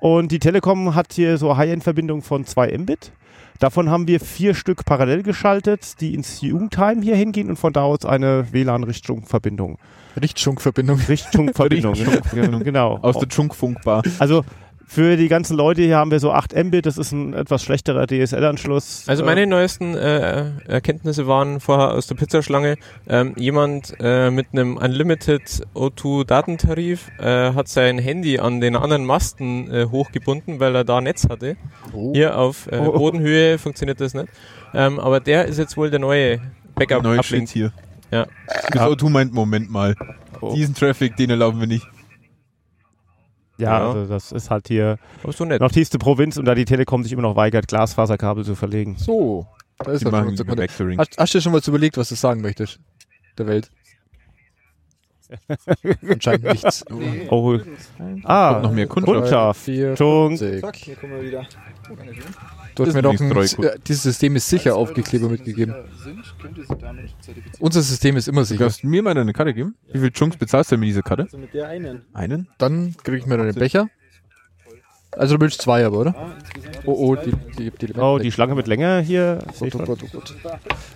Und die Telekom hat hier so High-End-Verbindung von 2 Mbit. Davon haben wir vier Stück parallel geschaltet, die ins Jugendheim hier hingehen und von da aus eine WLAN-Richtfunkverbindung.
Richtfunkverbindung?
Richtfunkverbindung, genau.
Aus der Chunk-Funkbar.
Also für die ganzen Leute hier haben wir so 8 Mbit, das ist ein etwas schlechterer DSL-Anschluss.
Also meine neuesten äh, Erkenntnisse waren vorher aus der Pizzaschlange, ähm, jemand äh, mit einem Unlimited O2-Datentarif äh, hat sein Handy an den anderen Masten äh, hochgebunden, weil er da Netz hatte. Hier auf äh,
Oh.
Bodenhöhe funktioniert das nicht. Ähm, aber der ist jetzt wohl der neue backup
Neuen
uplink
Shit hier.
Ja.
Das O2 meint, Moment mal.
Oh.
Diesen Traffic, den erlauben wir nicht.
Ja,
Ja.
also das ist halt hier
Aber so nett.
noch tiefste Provinz und da die Telekom sich immer noch weigert, Glasfaserkabel zu verlegen.
So, da ist
Die
er schon
machen
unser
lieber
Kunde.
Vectoring.
Hast, hast du dir schon mal überlegt, was du sagen möchtest? Der Welt? Anscheinend nichts.
Oh.
Kommt noch
Ah,
mehr Kundschaft.
Kundschaft.
Vier,
Entschuldigung.
sechs.
Zack, hier kommen wir wieder.
Du
Das
hast mir
ist
doch ein,
übrigens treu,
äh, dieses System ist sicher Aufkleber mitgegeben.
Sind, könnt ihr sie damit zertifizieren.
Unser System ist immer
Du
sicher.
darfst mir mal deine Karte geben. Wie viel Chunks bezahlst du denn mit dieser Karte?
Also mit der einen.
Einen?
Dann kriege ich mir einen Becher. Also du willst zwei aber, oder? Oh, oh, die, die, die Oh, Limetten.
Oh, die Schlange wird länger hier.
Gut, gut, gut, gut.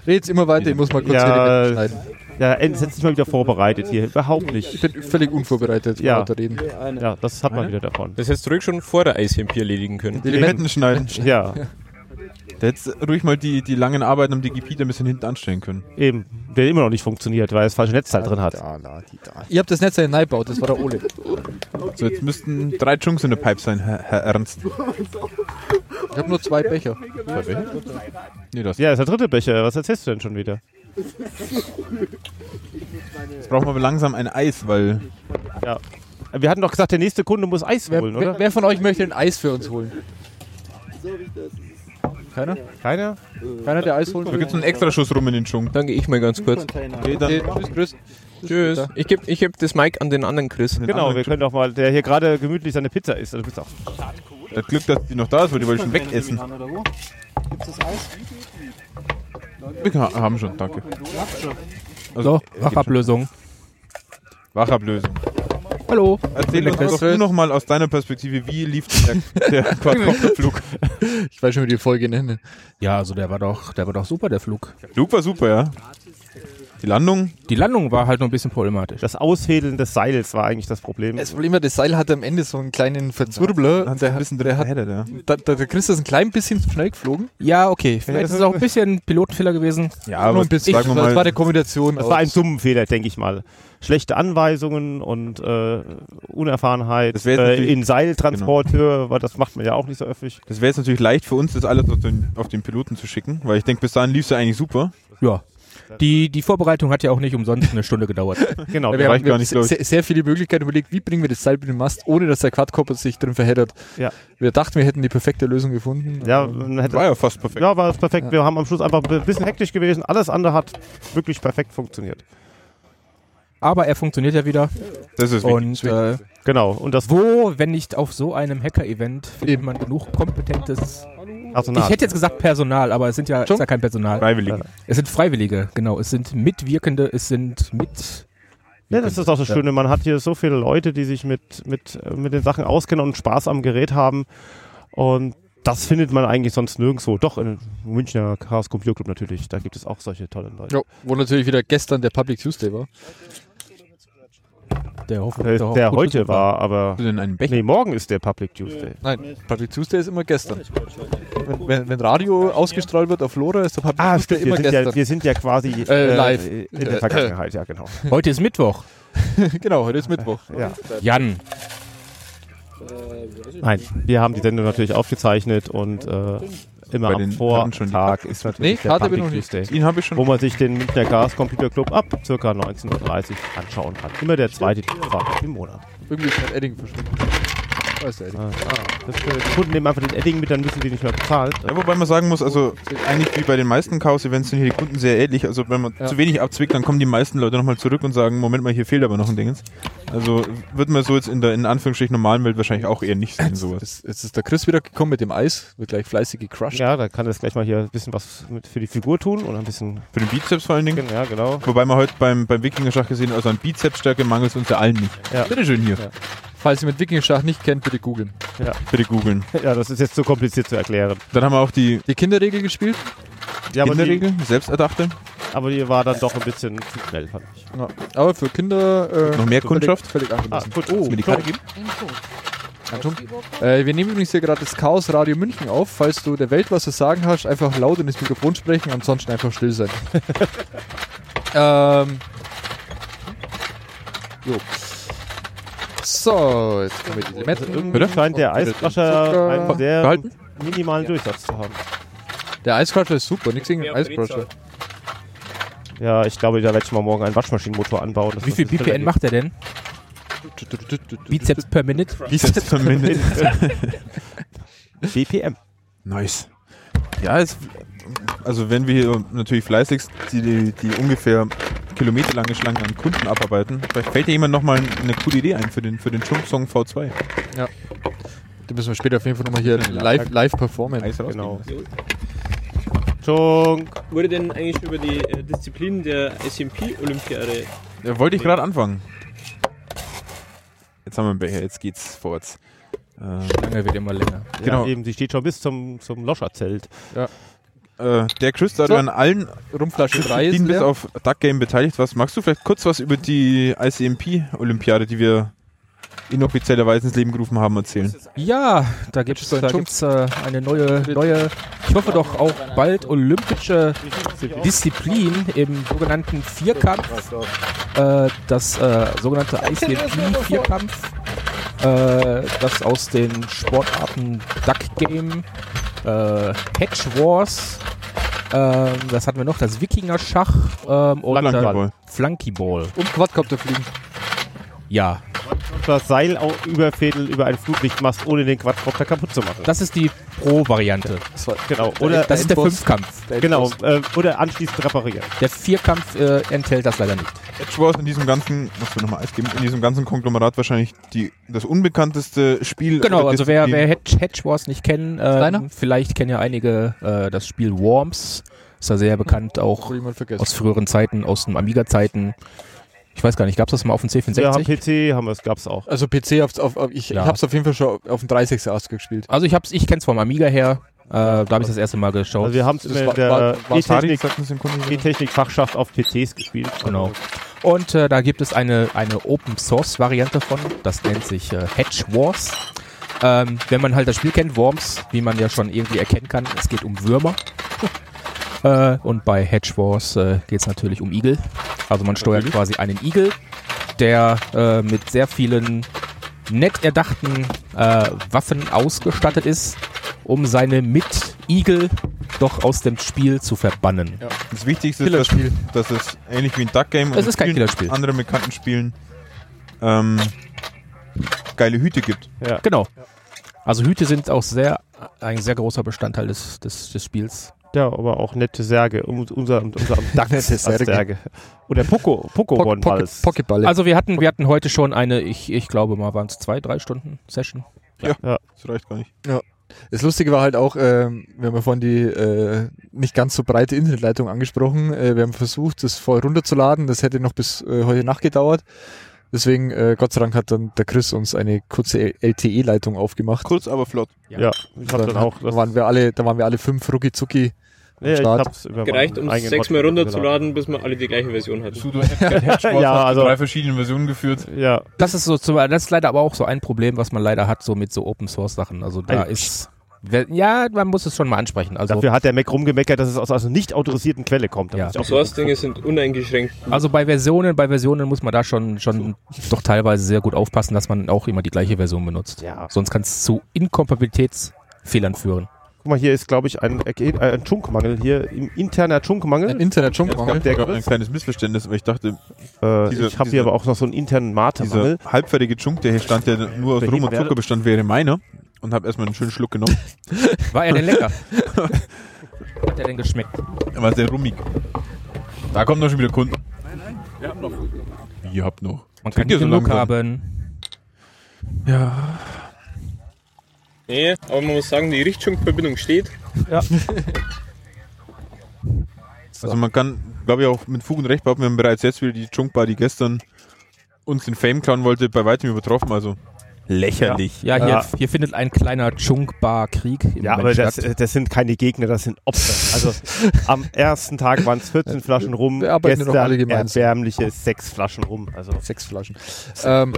Red jetzt immer weiter, ich muss mal kurz
Ja.
die Limetten schneiden.
Ja, Enz hat sich mal wieder vorbereitet hier. Überhaupt
Ich
nicht.
bin völlig unvorbereitet,
Ja.
weiter reden.
Ja, das hat man wieder davon.
Das hättest du ruhig schon vor der ICMP erledigen können.
Die Limetten schneiden.
Ja,
Da hättest du ruhig mal die, die langen Arbeiten am DGP da ein bisschen hinten anstellen können.
eben. Der immer noch nicht funktioniert, weil es falsche Netzteil drin hat.
Ihr habt das Netz ja hineingebaut, das war der Ole.
So, jetzt müssten drei Chunks in der Pipe sein, Herr, Herr Ernst.
Ich habe nur zwei Becher.
Nee, das,
Ja, das ist der dritte Becher. Was erzählst du denn schon wieder?
jetzt brauchen wir aber langsam ein Eis, weil
Wir hatten doch gesagt, der nächste Kunde muss Eis
Wer,
holen,
wer,
oder?
wer von euch möchte ein Eis für uns holen? Keiner?
Keiner?
Keiner, der Eis holen
da gibt es
will?
einen Extraschuss rum in den Chunk.
Dann gehe ich mal ganz kurz.
Okay, dann
Nee, tschüss, grüß.
Tschüss. Ich gebe ich geb das Mic an den anderen Chris.
Genau, wir können doch mal, der hier gerade gemütlich seine Pizza isst. Also, du bist auch
das Glück, dass die noch da ist, weil die wollte ich schon wegessen.
Gibt's das Eis?
Wir ha- haben schon, danke. Also, äh,
So, Wachablösung.
Wachablösung.
Hallo.
Erzähl uns
Leckeres
doch du nochmal aus deiner Perspektive, wie lief denn der, der Quadcopterflug?
Ich weiß schon, wie die Folge nennen.
Ja, also der war doch, der war doch super, der Flug.
Der Flug war super, ja. Die Landung?
Die Landung war halt noch ein bisschen problematisch.
Das Aushebeln des Seils war eigentlich das Problem.
Das Problem war, das Seil hatte am Ende so einen kleinen Verzwirbler.
Hat
und
sich
der
ein
hat,
bisschen drin hätte, ja.
da, da, der Chris ist ein klein bisschen zu schnell geflogen.
Ja, okay. Vielleicht ist es auch ein bisschen Pilotenfehler gewesen.
Ja, aber
ein bisschen.
sagen wir
das war
mal,
eine Kombination.
Das war ein
aus-
Summenfehler, denke ich mal. Schlechte Anweisungen und äh, Unerfahrenheit
Das wär jetzt
äh,
natürlich-
in Seiltransporteure, weil das macht man ja auch nicht so öffentlich.
das wäre jetzt natürlich leicht für uns, das alles auf den, auf den Piloten zu schicken, weil ich denke, bis dahin lief es ja eigentlich super.
Ja. Die, die Vorbereitung hat ja auch nicht umsonst eine Stunde gedauert.
Genau,
Ja,
wir
wir
reicht
haben wir
gar
haben
nicht, glaub
se-
ich.
sehr, sehr viele Möglichkeiten überlegt, wie bringen wir das Seil mit dem Mast, ohne dass der Quadcopter sich drin verheddert.
Ja.
Wir dachten, wir hätten die perfekte Lösung gefunden.
ja, man hätte,
War ja fast perfekt.
ja, war das perfekt. Wir haben am Schluss einfach ein bisschen hektisch gewesen. Alles andere hat wirklich perfekt funktioniert.
Aber er funktioniert ja wieder.
Das ist wichtig.
Und äh,
Genau. Und das
wo, wenn nicht auf so einem Hacker-Event, findet man genug kompetentes.
Personal.
Ich hätte jetzt gesagt Personal, aber es sind ja, ist ja kein Personal.
Freiwillig.
Es sind Freiwillige, genau. Es sind Mitwirkende, es sind mit.
ja, das ist auch das Schöne. Man hat hier so viele Leute, die sich mit, mit, äh, mit den Sachen auskennen und Spaß am Gerät haben. Und das findet man eigentlich sonst nirgendwo. Doch, im Münchner Chaos Computer Club natürlich. Da gibt es auch solche tollen Leute.
Ja, wo natürlich wieder gestern der Public Tuesday war.
Der, hoff-
Der,
hoff-
Äh, der
gut
heute
besucht
war, aber.
Hast du denn einen Becher?
Nee, morgen ist der Public Tuesday.
Nein, Public Tuesday ist immer gestern. Wenn, wenn, wenn Radio ausgestrahlt wird auf Flora, ist der Public Tuesday
wir
immer
sind, ja,
gestern.
wir sind ja quasi
Äh, live.
in der Vergangenheit, ja genau.
Heute ist Mittwoch.
genau, heute ist Mittwoch.
Ja.
Jan.
Nein, wir haben die Sendung natürlich aufgezeichnet und äh, immer
Bei
am
den- hatten schon die
Vortag ist
Nee,
natürlich der Oh.
Karte bin
Public
noch nicht.
Tuesday,
Ihn habe ich schon.
wo man sich den Münchner Chaos Computer Club ab ca. 19.30 Uhr anschauen kann. Immer der zweite Dienstag im Monat.
Irgendwie ist mein Edding verschwunden. Da Ah, ist der Edding.
Das, äh, die Kunden nehmen einfach den Edding mit, dann müssen die nicht mehr bezahlt.
Ja, wobei man sagen muss, also eigentlich wie bei den meisten Chaos-Events sind hier die Kunden sehr ähnlich. Also wenn man
Ja.
zu wenig abzwickt, dann kommen die meisten Leute nochmal zurück und sagen, Moment mal, hier fehlt aber noch ein Dingens. Also wird man so jetzt in der in Anführungsstrichen normalen Welt wahrscheinlich auch eher nicht sehen, sowas.
Jetzt, jetzt ist der Chris wieder gekommen mit dem Eis, wird gleich fleißig gecrushed.
Ja, da kann das gleich mal hier ein bisschen was mit für die Figur tun und ein bisschen.
Für den Bizeps vor allen Dingen.
Ja, genau.
Wobei man heute beim, beim Wikinger-Schach gesehen hat, also an Bizepsstärke mangelt es uns ja allen nicht.
Ja.
Bitte schön hier.
Ja.
Falls ihr mit Wikinger-Schach nicht kennt, bitte googeln.
Bitte googeln.
Ja, das ist jetzt zu kompliziert zu erklären.
Dann haben wir auch die
Die Kinderregel gespielt.
Ja, aber die,
Kinderregel, selbsterdachte.
aber die war dann doch ein bisschen zu schnell, fand ich.
Ja. Aber für Kinder. Äh,
Noch mehr Kundschaft?
Völlig, völlig angemessen.
Ah, gut.
Kannst du mir die Karte geben?
Anton, äh, wir nehmen übrigens hier gerade das Chaos Radio München auf. Falls du der Welt was zu sagen hast, einfach laut in das Mikrofon sprechen, ansonsten einfach still sein. ähm. Jo. So, jetzt kommen wir die Limetten.
Irgendwie scheint der Eisbrascher
Zucker.
einen sehr
Behalten?
minimalen Durchsatz zu haben.
Der Eiscrusher ist super, nichts gegen den Eiscrusher.
Ja, ich glaube, da werde ich mal morgen einen Waschmaschinenmotor anbauen. dass
Wie
das
viel
nicht
BPN macht er denn? Bizeps per Minute?
Bizeps per Minute.
BPM.
Nice. Ja, es, also wenn wir hier natürlich fleißigst die, die, die ungefähr kilometerlange Schlange an Kunden abarbeiten, vielleicht fällt dir jemand nochmal eine coole Idee ein für den, für den Song V2.
Den müssen wir später auf jeden Fall nochmal hier live, live performen.
Eis raus.
Genau. Chung.
Wurde denn eigentlich über die äh, Disziplinen der SMP-Olympiade
Ja, wollte ich gerade anfangen. Jetzt haben wir einen Becher, jetzt geht's vorwärts. Äh,
Lange wird immer länger.
Genau.
Ja, eben, sie steht schon bis zum, zum Loscherzelt.
äh, der Chris, da
So.
du an allen
Rumflasche 3 ist
Disziplinen bis
leer.
auf Duck Game beteiligt warst, magst du vielleicht kurz was über die ICMP-Olympiade, die wir inoffiziellerweise ins Leben gerufen haben, erzählen?
Ja, da gibt es da gibt's, äh, eine neue, neue, ich hoffe doch auch bald olympische Disziplin im sogenannten Vierkampf. Äh, das äh, sogenannte ICMP-Vierkampf, äh, das aus den Sportarten Duck Game, äh, Hedge Wars, ähm, das hatten wir noch, das Wikinger-Schach ähm, und
Flunkyball.
Flunkyball.
Und Quadcopter fliegen.
Ja.
das Seil au- überfädeln über einen Flutlichtmast, ohne den Quadcopter kaputt zu machen.
Das ist die Pro-Variante.
Genau,
Oder das ist der Fünfkampf.
Genau, äh, oder anschließend reparieren.
Der Vierkampf äh, enthält das leider nicht.
Edge Wars in diesem ganzen, was wir nochmal Eis geben, in diesem ganzen Konglomerat wahrscheinlich die, das unbekannteste Spiel.
Genau,
oder
also wer,
Disziplin.
wer Hedge, Hedge Wars nicht kennen, ähm, vielleicht kennen ja einige äh, das Spiel Worms. Ist ja sehr bekannt, auch aus früheren Zeiten, aus den Amiga-Zeiten. Ich weiß gar nicht, gab es das mal auf dem C64?
Ja, PC haben wir es, gab es auch.
Also PC, auf, auf, auf, ich
Ja.
habe es auf jeden Fall schon auf dem 360 Ast gespielt.
Also ich, hab's- ich kenne es vom Amiga her. Äh, da habe ich das erste Mal geschaut.
Also wir haben es
Das
in
war-
der
war- war
E-Technik-
Atari, sagt man es im Grunde genommen.
E-Technik-Fachschaft auf PCs gespielt.
Genau. Und äh, da gibt es eine, eine Open Source Variante von, das nennt sich äh, Hedge Wars. Ähm, wenn man halt das Spiel kennt, Worms, wie man ja schon irgendwie erkennen kann, es geht um Würmer. äh, und bei Hedge Wars äh, geht es natürlich um Igel. Also man steuert quasi einen Igel, der äh, mit sehr vielen nett erdachten äh, Waffen ausgestattet ist, um seine Mit-Igel doch aus dem Spiel zu verbannen.
Das Wichtigste ist, dass, dass es ähnlich wie ein Duck Game
Es ist kein Killerspiel.
anderen bekannten Spielen ähm, geile Hüte gibt.
Genau. Also Hüte sind auch sehr ein sehr großer Bestandteil des, des, des Spiels.
Ja, aber auch nette Särge. Um, unser unser Duck
Nette
als
Särge.
Oder Poco, Poco
Pock-
One Balls.
Pocketballe.
Also wir hatten, wir hatten heute schon eine, ich, ich glaube mal, waren es zwei, drei Stunden Session.
Ja, das reicht gar nicht.
Ja. Das Lustige war halt auch, ähm, wir haben ja vorhin die äh, nicht ganz so breite Internetleitung angesprochen. Äh, wir haben versucht, das voll runterzuladen. Das hätte noch bis äh, heute Nacht gedauert. Deswegen, äh, Gott sei Dank, hat dann der Chris uns eine kurze LTE-Leitung aufgemacht.
Kurz, aber flott.
Ja. Ja, ich hab dann auch-
Da waren wir alle, da waren wir alle fünf rucki zucki am
Ja, ich
Start.
hab's über
Gereicht, um es sechsmal runterzuladen, bis wir alle die gleiche Version hatten.
Sudo Hedge Wars hat zu drei verschiedenen Versionen geführt.
also, Ja.
Das ist so zum, das ist leider aber auch so ein Problem, was man leider hat, so mit so Open Source Sachen. Also da
Ein-
ist wer- ja, man muss es schon mal ansprechen. Also
Dafür hat der Mac rumgemeckert, dass es aus einer nicht autorisierten Quelle kommt. Da muss ich auch-
Source-Dinge sind uneingeschränkt.
Also bei Versionen, bei Versionen muss man da schon, schon doch teilweise sehr gut aufpassen, dass man auch immer die gleiche Version benutzt.
Ja.
Sonst kann es zu Inkompatibilitätsfehlern führen.
Guck mal, hier ist, glaube ich, ein, äh, ein Chunkmangel. Hier im interner Chunkmangel. Ein
interner
Es gab ein kleines Missverständnis, aber ich dachte, dieser-
Äh, ich habe hier
dieser-
aber auch noch so einen internen Mate-Mangel.
dieser halbfertige Chunk, der hier stand, der nur aus
Der
Rum und
Himbeere.
Zucker bestand, wäre meiner. Und habe erstmal einen schönen Schluck genommen.
War er denn lecker? Hat er denn geschmeckt?
Er war sehr rummig. Da kommen doch schon wieder Kunden.
Wir haben noch.
Ihr habt noch.
Man
Trinkt
kann
ihr so
genug
langsam?
haben.
Ja.
Nee, aber man muss sagen, die Richtfunkverbindung steht.
Ja.
Also man kann, glaube ich, auch mit Fug und Recht behaupten, wir haben bereits jetzt wieder die Junkbar, die gestern uns den Fame klauen wollte, bei weitem übertroffen. Also lächerlich.
Ja, hier, hier findet ein kleiner Chunk-Bar-Krieg im
Ja,
Moment
aber das,
statt.
äh, das sind keine Gegner, das sind Opfer. Also am ersten Tag waren es 14 Flaschen rum,
Wir arbeiten nur noch
gestern
alle gemeinsam.
erbärmliche sechs Flaschen rum. Also
sechs Flaschen. Ähm,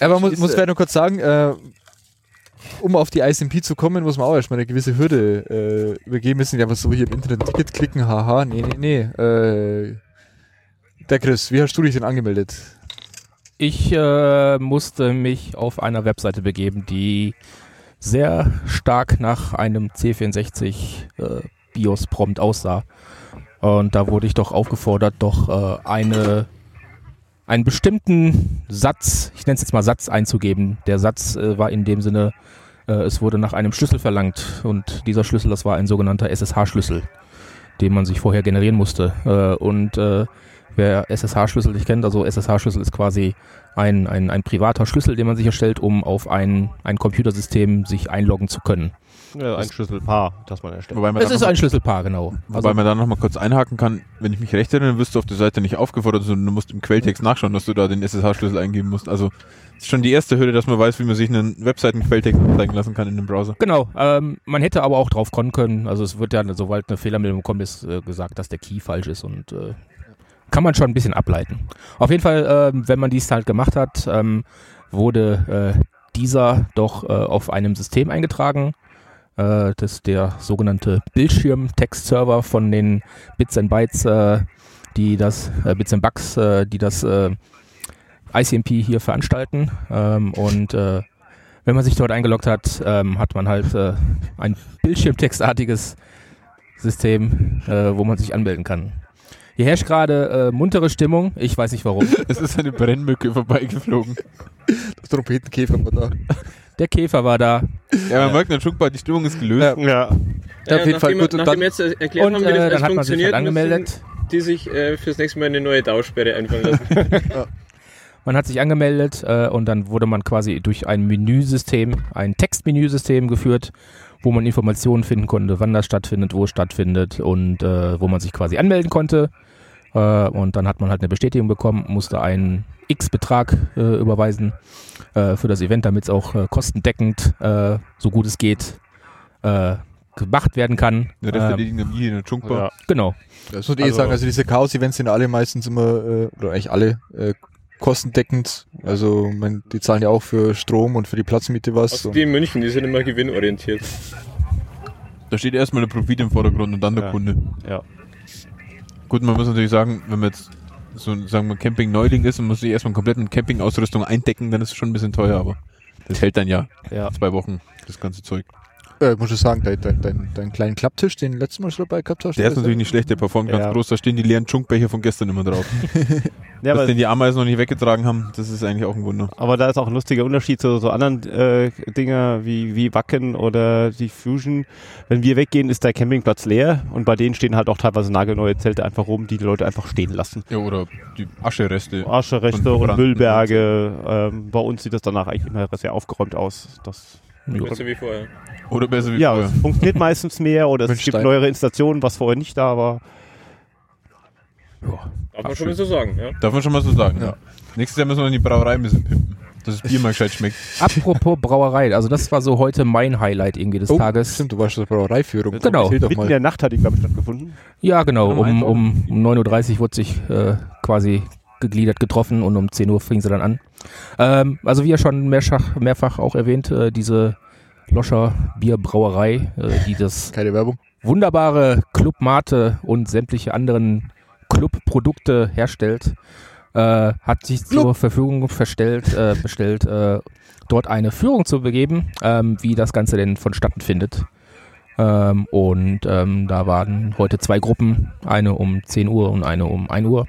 aber muss, muss vielleicht nur kurz sagen, äh, um auf die ICMP zu kommen, muss man auch erstmal eine gewisse Hürde äh, übergeben. Wir sind ja einfach so hier im Internet ein Ticket klicken, haha, nee, nee, nee. Äh, der Chris, wie hast du dich denn angemeldet?
Ich äh, musste mich auf einer Webseite begeben, die sehr stark nach einem C64 äh, BIOS-Prompt aussah. Und da wurde ich doch aufgefordert, doch äh, eine, einen bestimmten Satz, ich nenne es jetzt mal Satz, einzugeben. Der Satz äh, war in dem Sinne, äh, es wurde nach einem Schlüssel verlangt. Und dieser Schlüssel, das war ein sogenannter SSH-Schlüssel den man sich vorher generieren musste. Äh, und äh, wer SSH-Schlüssel nicht kennt, also SSH-Schlüssel ist quasi ein, ein, ein privater Schlüssel, den man sich erstellt, um auf ein, ein Computersystem sich einloggen zu können.
ja, ein Schlüsselpaar, das halt- man erstellt.
Wobei man
Es
da
ist
noch-
ein Schlüsselpaar, genau.
Wobei man da nochmal kurz einhaken kann, wenn ich mich recht erinnere, wirst du auf der Seite nicht aufgefordert, sondern du musst im Quelltext nachschauen, dass du da den SSH-Schlüssel eingeben musst. Also das ist schon die erste Hürde, dass man weiß, wie man sich einen Webseiten-Quelltext anzeigen lassen kann in dem Browser.
Genau, ähm, man hätte aber auch drauf kommen können. Also es wird ja, sobald eine Fehlermeldung kommt, ist äh, gesagt, dass der Key falsch ist und äh, kann man schon ein bisschen ableiten. Auf jeden Fall, ähm, wenn man dies halt gemacht hat, ähm, wurde äh, dieser doch äh, auf einem System eingetragen. Äh, das ist der sogenannte Bildschirm-Text-Server von den Bits and Bytes, äh, die das, äh, Bits and Bugs, äh, die das äh, ICMP hier veranstalten. Ähm, und äh, wenn man sich dort eingeloggt hat, ähm, hat man halt äh, ein Bildschirmtextartiges System, äh, wo man sich anmelden kann. Hier herrscht gerade äh, muntere Stimmung. Ich weiß nicht warum.
Es ist eine Brennmücke vorbeigeflogen.
Der Trompetenkäfer war da.
Der Käfer war da.
Ja, man merkt natürlich schon, die Stimmung ist gelöst.
Ja.
Ja, nachdem, nachdem wir jetzt erklärt
Halt Und,
haben, wie das
äh,
alles
dann hat man sich
funktioniert,
halt angemeldet.
müssen die sich äh, fürs nächste Mal eine neue Dauersperre einfallen lassen.
Man hat sich angemeldet äh, und dann wurde man quasi durch ein Menüsystem, ein Textmenüsystem geführt, wo man Informationen finden konnte, wann das stattfindet, wo es stattfindet und äh, wo man sich quasi anmelden konnte. Äh, und dann hat man halt eine Bestätigung bekommen, musste einen X-Betrag äh, überweisen äh, für das Event, damit es auch äh, kostendeckend, äh, so gut es geht, äh, gemacht werden kann.
Der Rest der
Ähm,
Dinge wie in der Chunkbar.
Ja.
Genau.
Das würde ich eh sagen, also diese Chaos-Events sind ja alle meistens immer, äh, oder eigentlich alle, äh, kostendeckend. Also man, die zahlen ja auch für Strom und für die Platzmiete was.
Die in München, die sind immer gewinnorientiert.
Da steht erstmal der Profit im Vordergrund und dann der
Ja.
Kunde.
Ja.
Gut, man muss natürlich sagen, wenn man jetzt so sagen wir Camping Neuling ist und muss sich erstmal komplett mit Campingausrüstung eindecken, dann ist es schon ein bisschen teuer, aber das hält dann ja.
Ja.
Zwei Wochen, das ganze Zeug.
Äh, muss ich sagen, dein, dein, dein, dein kleinen Klapptisch, den du letztes Mal schon dabei gehabt hast.
Der ist natürlich nicht schlecht, der performt ganz
Ja.
groß. Da stehen die leeren Chunkbecher von gestern immer drauf.
Ja,
Dass
aber,
den die Ameisen noch nicht weggetragen haben, das ist eigentlich auch ein Wunder.
aber da ist auch ein lustiger Unterschied zu so anderen äh, Dinger wie, wie Wacken oder die Fusion. Wenn wir weggehen, ist der Campingplatz leer und bei denen stehen halt auch teilweise nagelneue Zelte einfach rum, die die Leute einfach stehen lassen.
Ja, oder die Aschereste.
Aschereste
Und
und,
Branden.
Müllberge. Ähm, bei uns sieht das danach eigentlich immer sehr aufgeräumt aus. Das
Besser wie vorher.
Oder besser wie
ja,
vorher.
es funktioniert meistens mehr oder es
Mit
gibt
Stein.
neuere Installationen, was vorher nicht da war.
Darf man schon mal so sagen, ja?
Darf man schon mal so sagen. Ja. Nächstes Jahr müssen wir in die Brauerei ein bisschen pimpen. Dass das Bier mal gescheit schmeckt.
Apropos Brauerei, also das war so heute mein Highlight irgendwie des
Oh,
Tages.
Stimmt, du warst schon bei der Brauereiführung.
Genau.
Erzähl doch
Ah, Mitten in
mal.
der Nacht hat die, glaube ich, stattgefunden.
Ja, genau. Um, um, um 9.30 Uhr wurde sich äh, quasi gegliedert getroffen und um 10 Uhr fing sie dann an. Ähm, also wie ja schon mehrfach, mehrfach auch erwähnt, äh, diese Loscher Bierbrauerei, äh, die das
Keine Werbung.
wunderbare Club Mate und sämtliche anderen Clubprodukte herstellt, äh, hat sich zur Verfügung verstellt, äh, bestellt, äh, dort eine Führung zu begeben, ähm, wie das Ganze denn vonstatten findet. Ähm, und ähm, da waren heute zwei Gruppen, eine um 10 Uhr und eine um 1 Uhr.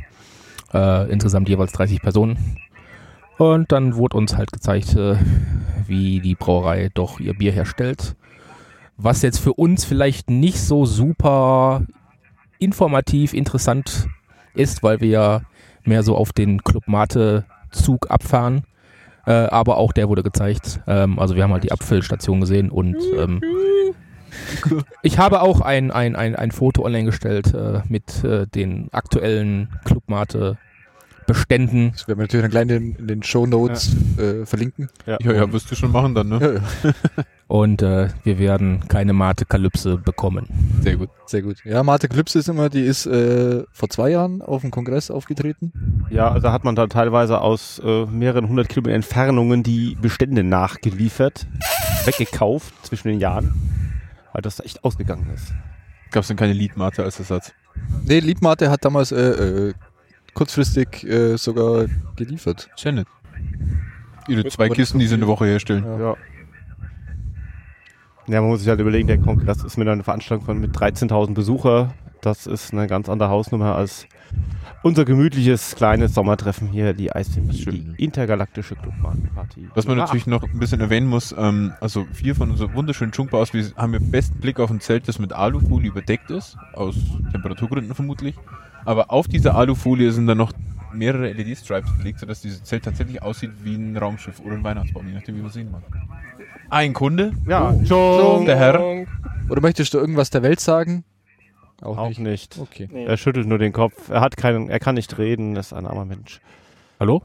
Äh, insgesamt jeweils 30 Personen. Und dann wurde uns halt gezeigt, äh, wie die Brauerei doch ihr Bier herstellt was jetzt für uns vielleicht nicht so super informativ interessant ist, weil wir ja mehr so auf den Club Mate Zug abfahren. Äh, aber auch der wurde gezeigt. Ähm, also wir haben halt die Abfüllstation gesehen und ähm, ich habe auch ein, ein, ein, ein Foto online gestellt äh, mit äh, den aktuellen Club Mate Beständen.
Das werden wir natürlich dann gleich in den, in den Show Notes äh, verlinken.
Ja, ja, wirst du schon machen dann, ne?
Ja, ja,
Und äh, wir werden keine Mate Kalypse bekommen.
Sehr gut.
sehr gut. Ja, Marte Klüpse ist immer, die ist äh, vor zwei Jahren auf dem Kongress aufgetreten.
Ja, also hat man da teilweise aus äh, mehreren hundert Kilometer Entfernungen die Bestände nachgeliefert, weggekauft zwischen den Jahren, weil das da echt ausgegangen ist.
Gab es denn keine Liedmate als Ersatz?
Nee, Liebmarte hat damals äh, äh, kurzfristig äh, sogar geliefert.
Janet. Ihre zwei Kisten, die sie eine Woche herstellen.
Ja. Ja, man muss sich halt überlegen, der Kongress ist mit einer Veranstaltung von mit 13.000 Besucher. Das ist eine ganz andere Hausnummer als unser gemütliches kleines Sommertreffen hier, die ICM, die
Stimmt.
intergalaktische Clubparty. Ah,
Was man natürlich noch ein bisschen erwähnen muss, ähm, also vier von unseren wunderschönen Chunkbaus, wir haben den besten Blick auf ein Zelt, das mit Alufolie überdeckt ist, aus Temperaturgründen vermutlich. Aber auf dieser Alufolie sind dann noch mehrere LED-Stripes belegt, sodass dieses Zelt tatsächlich aussieht wie ein Raumschiff oder ein Weihnachtsbaum, je nachdem wie man sehen mag. Ein Kunde,
Ja,
der Herr,
Oder möchtest du irgendwas der Welt sagen? Auch,
Auch
nicht.
nicht.
Okay.
Er schüttelt nur den Kopf. Er hat keinen, er kann nicht reden, ist ein armer Mensch.
Hallo?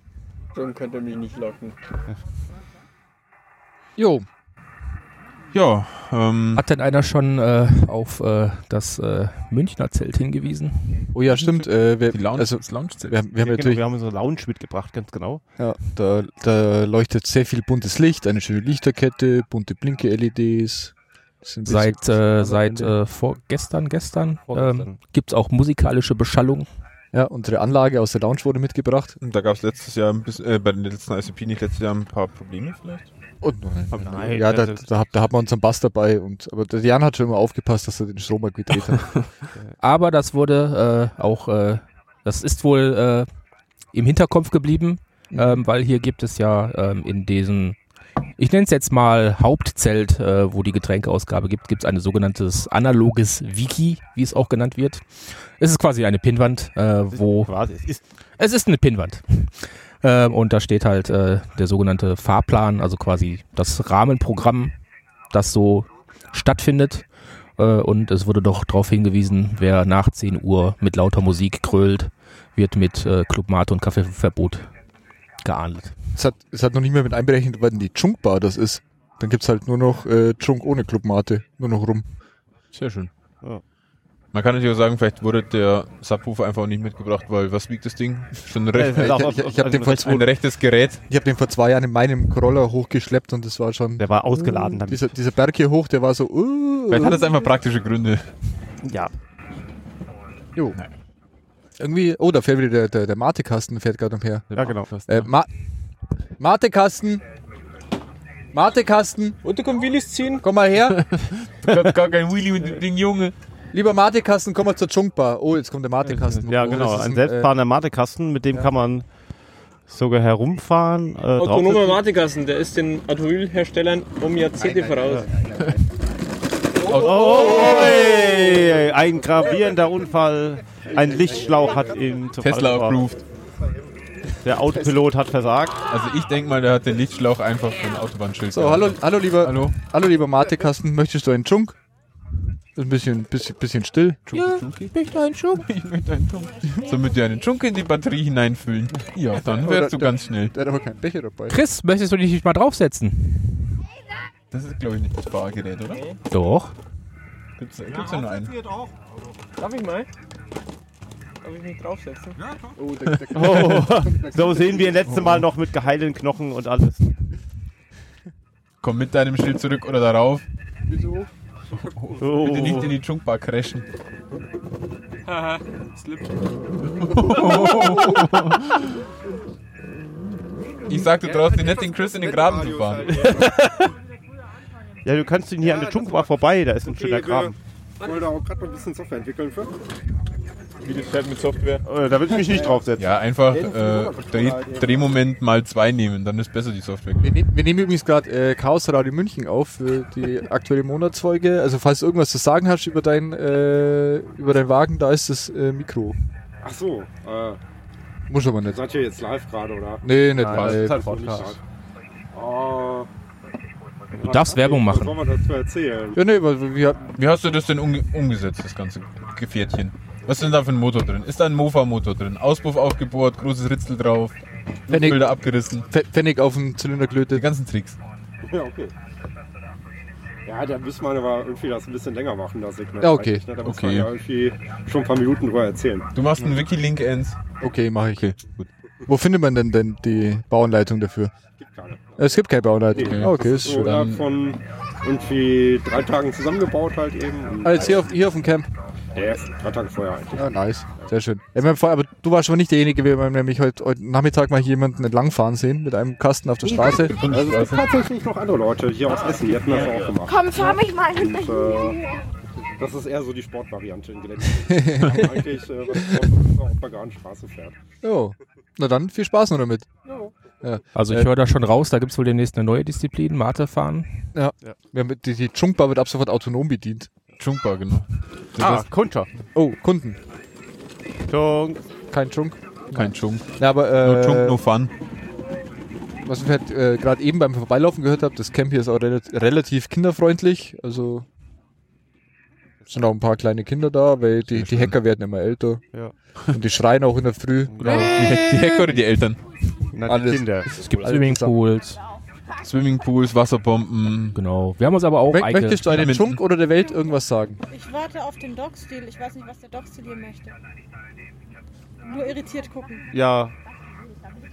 Dann könnt ihr mich nicht locken.
Jo,
ja, ähm,
Hat denn einer schon äh, auf äh, das äh, Münchner Zelt hingewiesen?
oh ja, stimmt. Äh, wir,
die Lounge,
also,
das Lounge-Zelt.
wir haben, wir haben
Ja, genau,
natürlich
wir haben unsere Lounge mitgebracht, ganz genau.
Ja, da, da leuchtet sehr viel buntes Licht, eine schöne Lichterkette, bunte blinke LEDs. Das sind
Seit,
bisschen-
äh, seit äh, vorgestern, gestern,
Vorgestern.
ähm, gibt es auch musikalische Beschallung.
ja, unsere Anlage aus der Lounge wurde mitgebracht.
Da gab es letztes Jahr, ein bisschen, äh, bei den letzten ICP nicht letztes Jahr ein paar Probleme vielleicht?
Und,
Nein,
ja, da,
das ist-
da, hat, da hat man unseren Bass dabei. Und, aber der Jan hat schon immer aufgepasst, dass er den Strom mal gedreht hat.
Aber das wurde äh, auch äh, Das ist wohl äh, im Hinterkopf geblieben, ähm, weil hier gibt es ja ähm, in diesem, ich nenne es jetzt mal Hauptzelt, äh, wo die Getränkeausgabe gibt, gibt es ein sogenanntes analoges Wiki, wie es auch genannt wird. Es ist quasi eine Pinnwand, äh, wo. es, ist es ist eine Pinnwand. Ähm, und da steht halt äh, der sogenannte Fahrplan, also quasi das Rahmenprogramm, das so stattfindet. Äh, und es wurde doch darauf hingewiesen, wer nach 10 Uhr mit lauter Musik krölt, wird mit äh, Clubmate und Kaffeeverbot geahndet.
Es hat, es hat noch nicht mehr mit einberechnet, weil die Chunkbar das ist. Dann gibt es halt nur noch äh, Chunk ohne Clubmate, nur noch rum.
Sehr schön. Man kann natürlich auch sagen, vielleicht wurde der Subwoofer einfach nicht mitgebracht, weil was wiegt das Ding? Schon ein recht,
ich ich, ich, ich habe den vor zwei,
ein rechtes Gerät.
Ich habe den vor zwei Jahren in meinem Crawler hochgeschleppt und das war schon.
Der war ausgeladen damit.
Dieser, dieser Berg hier hoch, der war so. Uh,
Vielleicht hat das einfach praktische Gründe.
Ja.
Jo. Irgendwie. Oh, da fährt wieder der, der, der Matekasten, fährt gerade umher.
Ja, genau.
Äh, Ma Matekasten! Matekasten!
Und du kommst Willis ziehen?
Komm mal her!
Du kannst gar kein Wheelie mit dem Ding, Junge.
Lieber Matekasten, komm mal zur Chunkbar. Oh, jetzt kommt der Matekasten.
Ja,
oh,
genau.
das ist
Ein selbstfahrender Matekasten, mit dem kann man sogar herumfahren. Äh,
Autonomer
draufsitzen.
Matikassen, der ist den Automobilherstellern um Jahrzehnte voraus.
Oh, Oi, ein gravierender Unfall. Ein Lichtschlauch hat ihn zu Fall
Tesla
gebracht.
approved.
Der Autopilot hat versagt.
Also ich denke mal, der hat den Lichtschlauch einfach von Autobahnschild.
So, hallo, hallo lieber,
Hallo.
hallo lieber Matekasten, möchtest du einen Chunk? Ist ein bisschen, bisschen, bisschen still.
Ja, ich möchte einen Schub.
Ich möchte einen Chunk. So mit dir einen Chunk in die Batterie hineinfüllen. Ja, dann wärst du ganz schnell.
Der hat aber keinen Becher dabei.
Chris, möchtest du dich nicht mal draufsetzen?
Das ist, glaube ich, nicht das Fahrgerät, oder?
Doch.
Gibt's, gibt's da nur einen?
Darf ich mal? Darf ich mich draufsetzen?
Oh, der, der,
Oh, so sehen wir letzte Mal noch mit geheilten Knochen und alles.
Komm mit deinem Schild zurück oder darauf.
Wieso?
Oh.
Bitte nicht in die Chunkbar crashen.
Haha, Slip.
Ich sagte, du traust dir nicht den Chris in den Graben zu fahren.
Ja, du kannst ihn hier an der Tunkbar vorbei, da ist ein schöner
Idee.
Graben.
wollte da auch gerade mal ein bisschen Software entwickeln für.
Wie das fährt mit Software.
Äh, Da will ich mich nicht draufsetzen.
Ja, einfach äh, Dreh, Drehmoment mal zwei nehmen, dann ist besser die Software.
Wir, nehmen- wir nehmen übrigens gerade äh, Chaos Radio München auf für die aktuelle Monatsfolge. Also falls du irgendwas zu sagen hast über dein äh, über deinen Wagen, da ist das äh, Mikro.
Ach so, äh,
Muss aber nicht.
seid ihr jetzt live gerade oder?
Nee, nicht
das
Nein,
ist halt
Podcast.
Oh,
Du darfst Werbung
was
machen.
soll man dazu erzählen?
Ja, nee, weil wir,
Wie hast du das denn umge umgesetzt, das ganze Gefährtchen? Was ist denn da für ein Motor drin? Ist da ein Mofa-Motor drin? Auspuff aufgebohrt, großes Ritzel drauf,
Wenn ich-
Bilder abgerissen.
Pf- Pfennig auf dem Zylinder
Die
glötet.
ganzen Tricks.
Ja, okay. Ja, da müssen wir aber irgendwie das ein bisschen länger machen, das Segment.
Ja, okay.
eigentlich, ne? Da muss
Okay.
man ja irgendwie schon ein paar Minuten drüber erzählen.
Du machst einen Wiki-Link, Ens.
Okay, mache ich.
Okay, gut.
Wo findet man denn, denn die Bauanleitung dafür?
Gibt keine.
Es gibt keine Bauanleitung.
Nee.
Ah, okay, ist
So
schön.
innerhalb von irgendwie drei Tagen zusammengebaut halt eben. Und
Ah, jetzt hier auf, hier auf dem Camp.
Ja, drei Tage vorher eigentlich.
Ah, nice. Sehr schön. Ja, wir haben vorher- aber du warst schon nicht derjenige, wir haben nämlich heute, heute Nachmittag mal jemanden entlangfahren sehen mit einem Kasten auf der Straße.
Also es gibt tatsächlich noch andere Leute hier aus Essen, die hatten das auch gemacht.
Komm, fahr mich mal
Und
hinterher.
äh, das ist eher so die Sportvariante in Gelände. eigentlich, äh, was ich brauche, auf der Gartenstraße fährt.
Jo. Na dann, viel Spaß noch damit.
Also
Äh.
ich höre da schon raus, da gibt es wohl demnächst eine neue Disziplin, Mate fahren.
Wir haben, die die Chunkbar wird ab sofort autonom bedient.
Chunkbar, genau.
Ah, Kunter.
Oh, Kunden.
Tunk.
Kein Chunk.
Kein Chunk.
Ja, aber
No Chunk,
äh,
no Fun.
was ich halt, äh, gerade eben beim Vorbeilaufen gehört habe, das Camp hier ist auch rel relativ kinderfreundlich. Also sind auch ein paar kleine Kinder da, weil die, die Hacker werden immer älter.
Ja.
Und die schreien auch in der Früh.
Genau. Die, die Hacker oder die Eltern?
Na, die
Alles.
Kinder.
Es gibt
Alles
Swimmingpools.
Swimmingpools, Wasserbomben.
Genau. Wir haben uns aber auch
Mö-
einge-
Möchtest du einem
Badminton.
Chunk oder der Welt irgendwas sagen?
Ich warte auf den Dogstil. Ich weiß nicht, was der Dogstil hier möchte. Nur irritiert gucken.
Ja,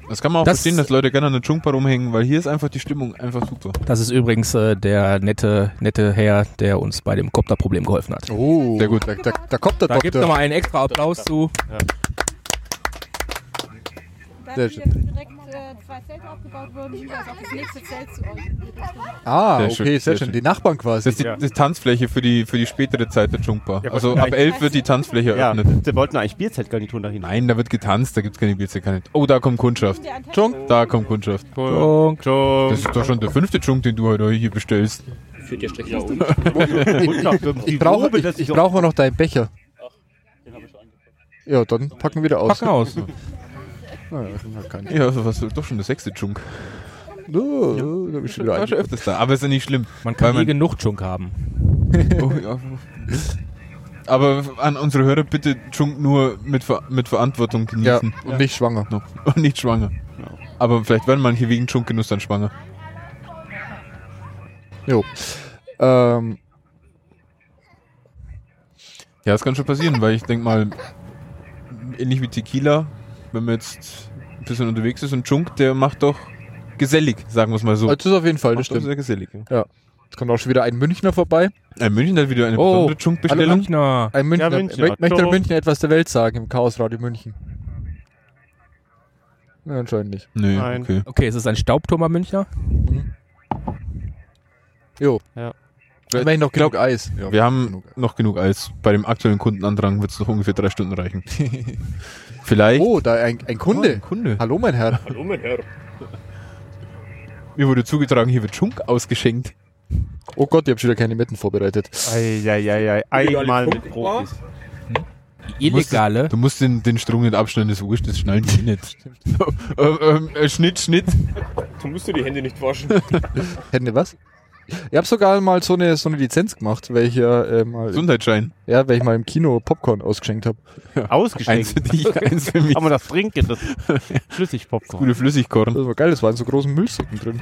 Das kann man auch
Das-
verstehen, dass Leute gerne an der Chunkbar rumhängen, weil hier ist einfach die Stimmung einfach super.
Das ist übrigens äh, der nette, nette Herr, der uns bei dem Kopterproblem geholfen hat.
Oh, sehr gut. Da, da, da kommt der
Da gibt es
Doktor.
nochmal einen extra Applaus zu.
Dann
Sehr
jetzt direkt mal
äh, zwei Zelte aufgebaut wurden, hinweis auf das nächste Zelt zu euch.
Ah,
Sehr
okay,
schön,
sehr,
sehr
schön.
schön.
Die Nachbarn
Das
quasi.
ist die, die Tanzfläche für die, für die spätere Zeit der Jungbar. also ab 11 wird die Tanzfläche
Ja,
eröffnet.
Sie wollten eigentlich Bierzeltgarnituren dahin.
Nein, da wird getanzt, da gibt es keine Bierzeltkanne. Oh, da kommt Kundschaft. Junk? Da kommt Kundschaft.
Junk.
Das ist doch schon der fünfte Junk, den du heute hier bestellst.
Führt ihr schlecht. Ja, und?
Ich, ich brauche ich, ich brauche auch noch deinen Becher. Ja, dann packen wir da aus.
Packen aus.
Naja, na, kann ich.
Ja, sowas doch schon der sechste Junk.
Oh, da bin ich schon wieder
war schon
eingegangen.
öfters da, aber ist ja nicht schlimm.
Man kann
Weil
nie genug Junk haben.
Oh, ja. Aber an unsere Hörer bitte Junk nur mit, Ver mit Verantwortung genießen.
Ja, und nicht schwanger.
No. Und nicht schwanger. Aber vielleicht werden manche wegen Junkgenuss dann schwanger.
Jo. Ähm,
Ja, das kann schon passieren, weil ich denke mal, ähnlich wie Tequila, wenn man jetzt ein bisschen unterwegs ist und Junk, der macht doch gesellig, sagen wir es mal so.
also das ist auf jeden Fall, das
Macht doch
stimmt.
Sehr gesellig. ja.
Ja. Jetzt kommt auch schon wieder ein Münchner vorbei.
Ein Münchner hat wieder eine
Oh,
besondere Junk-Bestellung.
hallo Münchner. Ein Münchner.
Ja, Münchner.
Mö- Möchte der
Hallo.
Münchner etwas der Welt sagen im Chaosradio München? Na, anscheinend nicht.
Nee, Nein. okay.
Okay, ist es ein Staubturm am Münchner?
Jo.
Ja.
Dann haben wir noch genug Eis. Ja.
wir haben noch genug Eis. Bei dem aktuellen Kundenandrang wird es noch ungefähr drei Stunden reichen. Vielleicht.
Oh, da ein, ein Kunde.
Kunde.
Hallo, mein Herr.
Hallo, mein Herr.
Mir wurde zugetragen, hier wird Schunk ausgeschenkt.
Oh Gott, ich habe schon wieder keine Mitten vorbereitet.
Eieiei, einmal mit Profis.
Illegale. Du musst den, den Strung nicht abschneiden, das ist wurscht, das schnallen die eh nicht. ähm, ähm, äh, Schnitt, Schnitt.
Du musst dir die Hände nicht waschen.
Hände was? Ich habe sogar mal so eine, so eine Lizenz gemacht, weil ich ja äh, mal.
Gesundheitsschein.
Ja, weil ich mal im Kino Popcorn ausgeschenkt habe.
Ausgeschenkt.
Eins für dich, eins für mich.
Aber das trinken, das Flüssigpopcorn.
Gute Flüssigkorn.
Das war geil, das waren so großen Müllsäcken drin.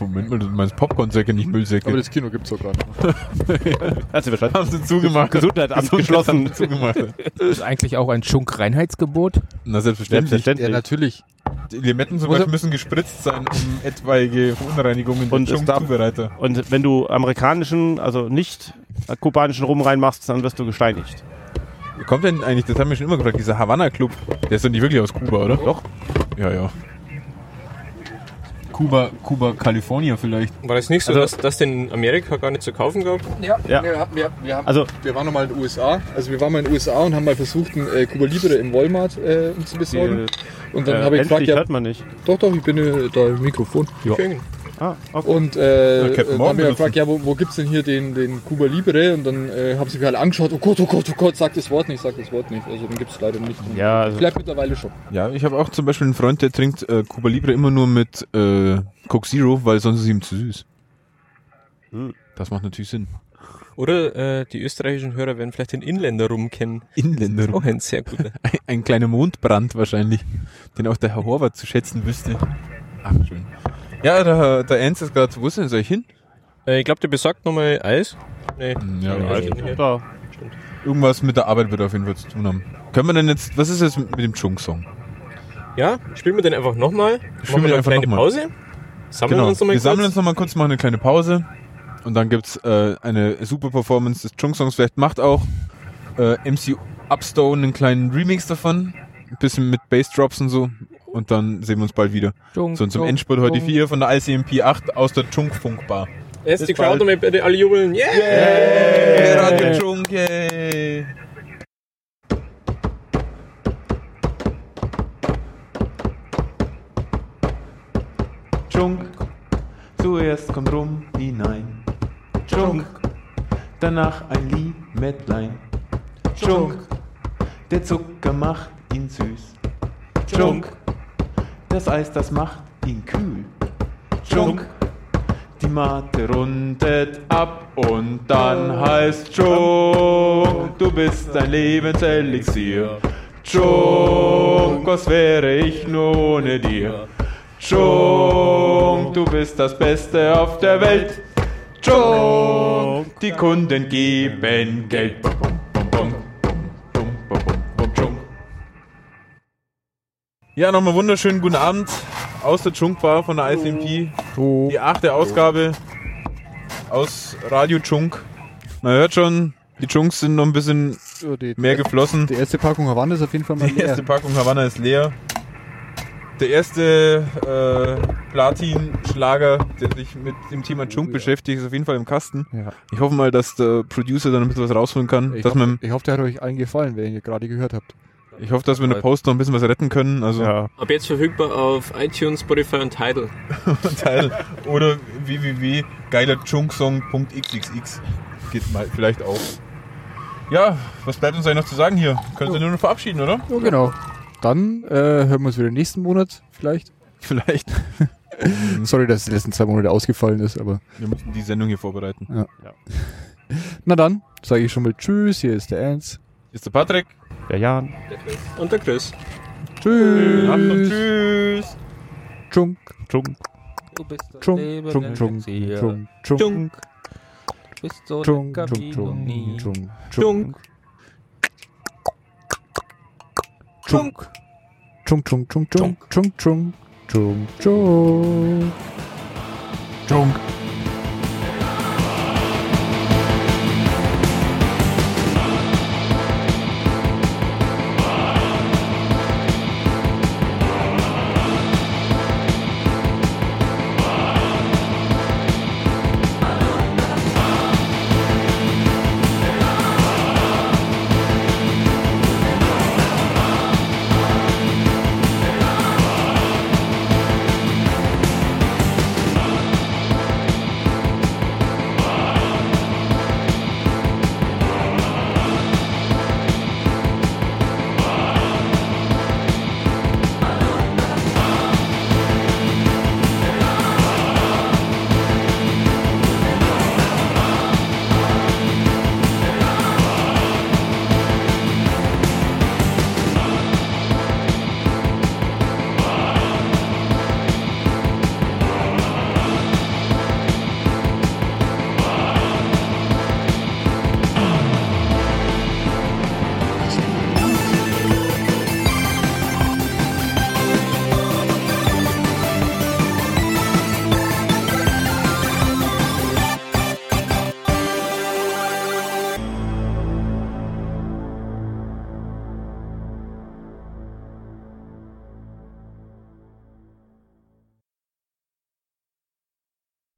Moment mal, du meinst Popcorn-Säcke, nicht Müllsäcke.
Aber das Kino gibt's auch gar nicht.
Hat sie wahrscheinlich.
Haben sie zugemacht.
Gesundheitsamt
Gesundheitsamt
geschlossen.
Zugemacht.
Ist eigentlich auch ein Junk-Reinheitsgebot?
Na, selbstverständlich.
Ja, natürlich.
Die Limetten
Also-
zum Beispiel müssen gespritzt sein, um etwaige Verunreinigungen
Und
der
es darf-
Junk-Zubereiter.
Und wenn du amerikanischen, also nicht kubanischen Rum reinmachst, dann wirst du gesteinigt.
Wie kommt denn eigentlich, das haben wir schon immer gefragt, dieser Havanna-Club, der ist doch nicht wirklich aus Kuba, oder? Doch. Ja, ja. Kuba, Kuba, California vielleicht.
War das nicht so,
Also-
dass das in Amerika gar nicht zu kaufen gab?
Ja,
Ja.
Wir, haben- wir, wir, haben,
Also-
wir waren noch mal in den USA. Also wir waren mal in den USA und haben mal versucht, einen äh, Cuba Libre im Walmart äh, uns zu besorgen. Und dann
äh,
habe ich
endlich
gefragt, ja,
hört man nicht.
doch, doch, ich bin äh, da im Mikrofon. Ja.
Ah, okay.
Und äh,
Ja,
äh,
Captain Morgan
dann haben wir
benutzen.
gefragt, ja, wo, wo gibt's denn hier den, den Cuba Libre? Und dann äh, haben sie mich halt angeschaut, oh Gott, oh Gott, oh Gott, sag das Wort nicht, sag das Wort nicht. Also den gibt's leider nicht.
Ja, also,
Vielleicht mittlerweile schon.
Ja, ich habe auch zum Beispiel einen Freund, der trinkt äh, Cuba Libre immer nur mit äh, Coke Zero, weil sonst ist es ihm zu süß.
Hm.
Das macht natürlich Sinn.
Oder äh, die österreichischen Hörer werden vielleicht den Inländer rumkennen.
Inländer.
Oh, ein sehr guter.
Ein kleiner Mondbrand wahrscheinlich, den auch der Herr Horvath zu schätzen wüsste. Ach, schön. Ja, der, der Ernst ist gerade, wo ist denn soll ich hin?
äh, ich glaube, der besagt nochmal Eis. Nee.
Ja,
Nee,
Eis.
steht nicht.
da.
Irgendwas mit der Arbeit wird er auf jeden Fall zu tun haben. Können wir denn jetzt, was ist jetzt mit dem Chung-Song?
ja spielen wir den einfach nochmal.
Spielen wir den
eine
einfach
kleine
nochmal.
Pause. Sammeln Genau. wir uns
Genau. wir
nochmal kurz.
sammeln uns nochmal kurz, machen eine kleine Pause und dann gibt's äh, eine super Performance des Chung-Songs. Vielleicht macht auch äh, MC Upstone einen kleinen Remix davon, ein bisschen mit Bassdrops und so und dann sehen wir uns bald wieder.
Chung,
so, und zum
Chung,
Endspurt heute
Chung.
4 von der ICMP 8 aus der Chung-Funk-Bar.
Jetzt die
Bis bald.
Crowd nochmal bitte alle jubeln. Yeah!
Hey, Radio Chung, yay!
Dschunk, zuerst kommt Rum hinein. Dschunk, danach ein Limettlein. Dschunk, der Zucker macht ihn süß. Dschunk, das Eis, das macht ihn kühl. Dschunk, die Mate rundet ab und dann heißt Dschunk, du bist ein Lebenselixier. Dschunk, was wäre ich nur ohne dir? Dschunk, du bist das Beste auf der Welt. Dschunk, die Kunden geben Geld. Bum, bum, bum, bum, bum, bum, bum, Dschunk.
Ja, nochmal wunderschönen guten Abend aus der Chunkbar von der ICMP. Die achte Ausgabe aus Radio Chunk. Man hört schon, die Chunks sind noch ein bisschen mehr geflossen.
Die erste Packung Havanna ist auf jeden Fall mal
Die
leer.
erste Packung Havanna ist leer. der erste äh, Platin-Schlager, der sich mit dem Thema Junk beschäftigt, ist auf jeden Fall im Kasten.
Oh Ja.
Ich hoffe mal, dass der Producer dann ein bisschen was rausholen kann.
Ich,
dass
hoffe,
man,
ich hoffe, der hat euch allen gefallen, wer ihn hier gerade gehört habt.
ich hoffe, dass wir in der Post noch ein bisschen was retten können. Also
Ab jetzt verfügbar auf iTunes, Spotify und Tidal.
Teil oder www.geilerjunksong.xxx geht mal vielleicht auch. Ja, was bleibt uns eigentlich noch zu sagen hier? Können Sie nur noch verabschieden, oder?
Ja, genau. Dann äh, hören wir uns wieder nächsten Monat vielleicht.
Vielleicht.
Sorry, dass die letzten zwei Monate ausgefallen ist, aber.
Wir müssen die Sendung hier vorbereiten.
Ja. Na dann, sage ich schon mal Tschüss, hier ist der Ernst.
Ist der Patrick.
Der Jan.
Und der Chris.
Tschüss.
Achtung,
tschüss.
Tschunk.
Tschunk.
Du bist das
Tschunk,
Leben
tschunk,
in
tschunk,
Exil.
tschunk, tschunk.
Tschunk. Du bist so
Tschung,
lecker
tschung,
wie noch nie.
tschung, tschung,
Tschung.
tschung. Tschung. Tschung, tschung, tschung, tschung, tschung, tschung, tschung, tschung. Tschung.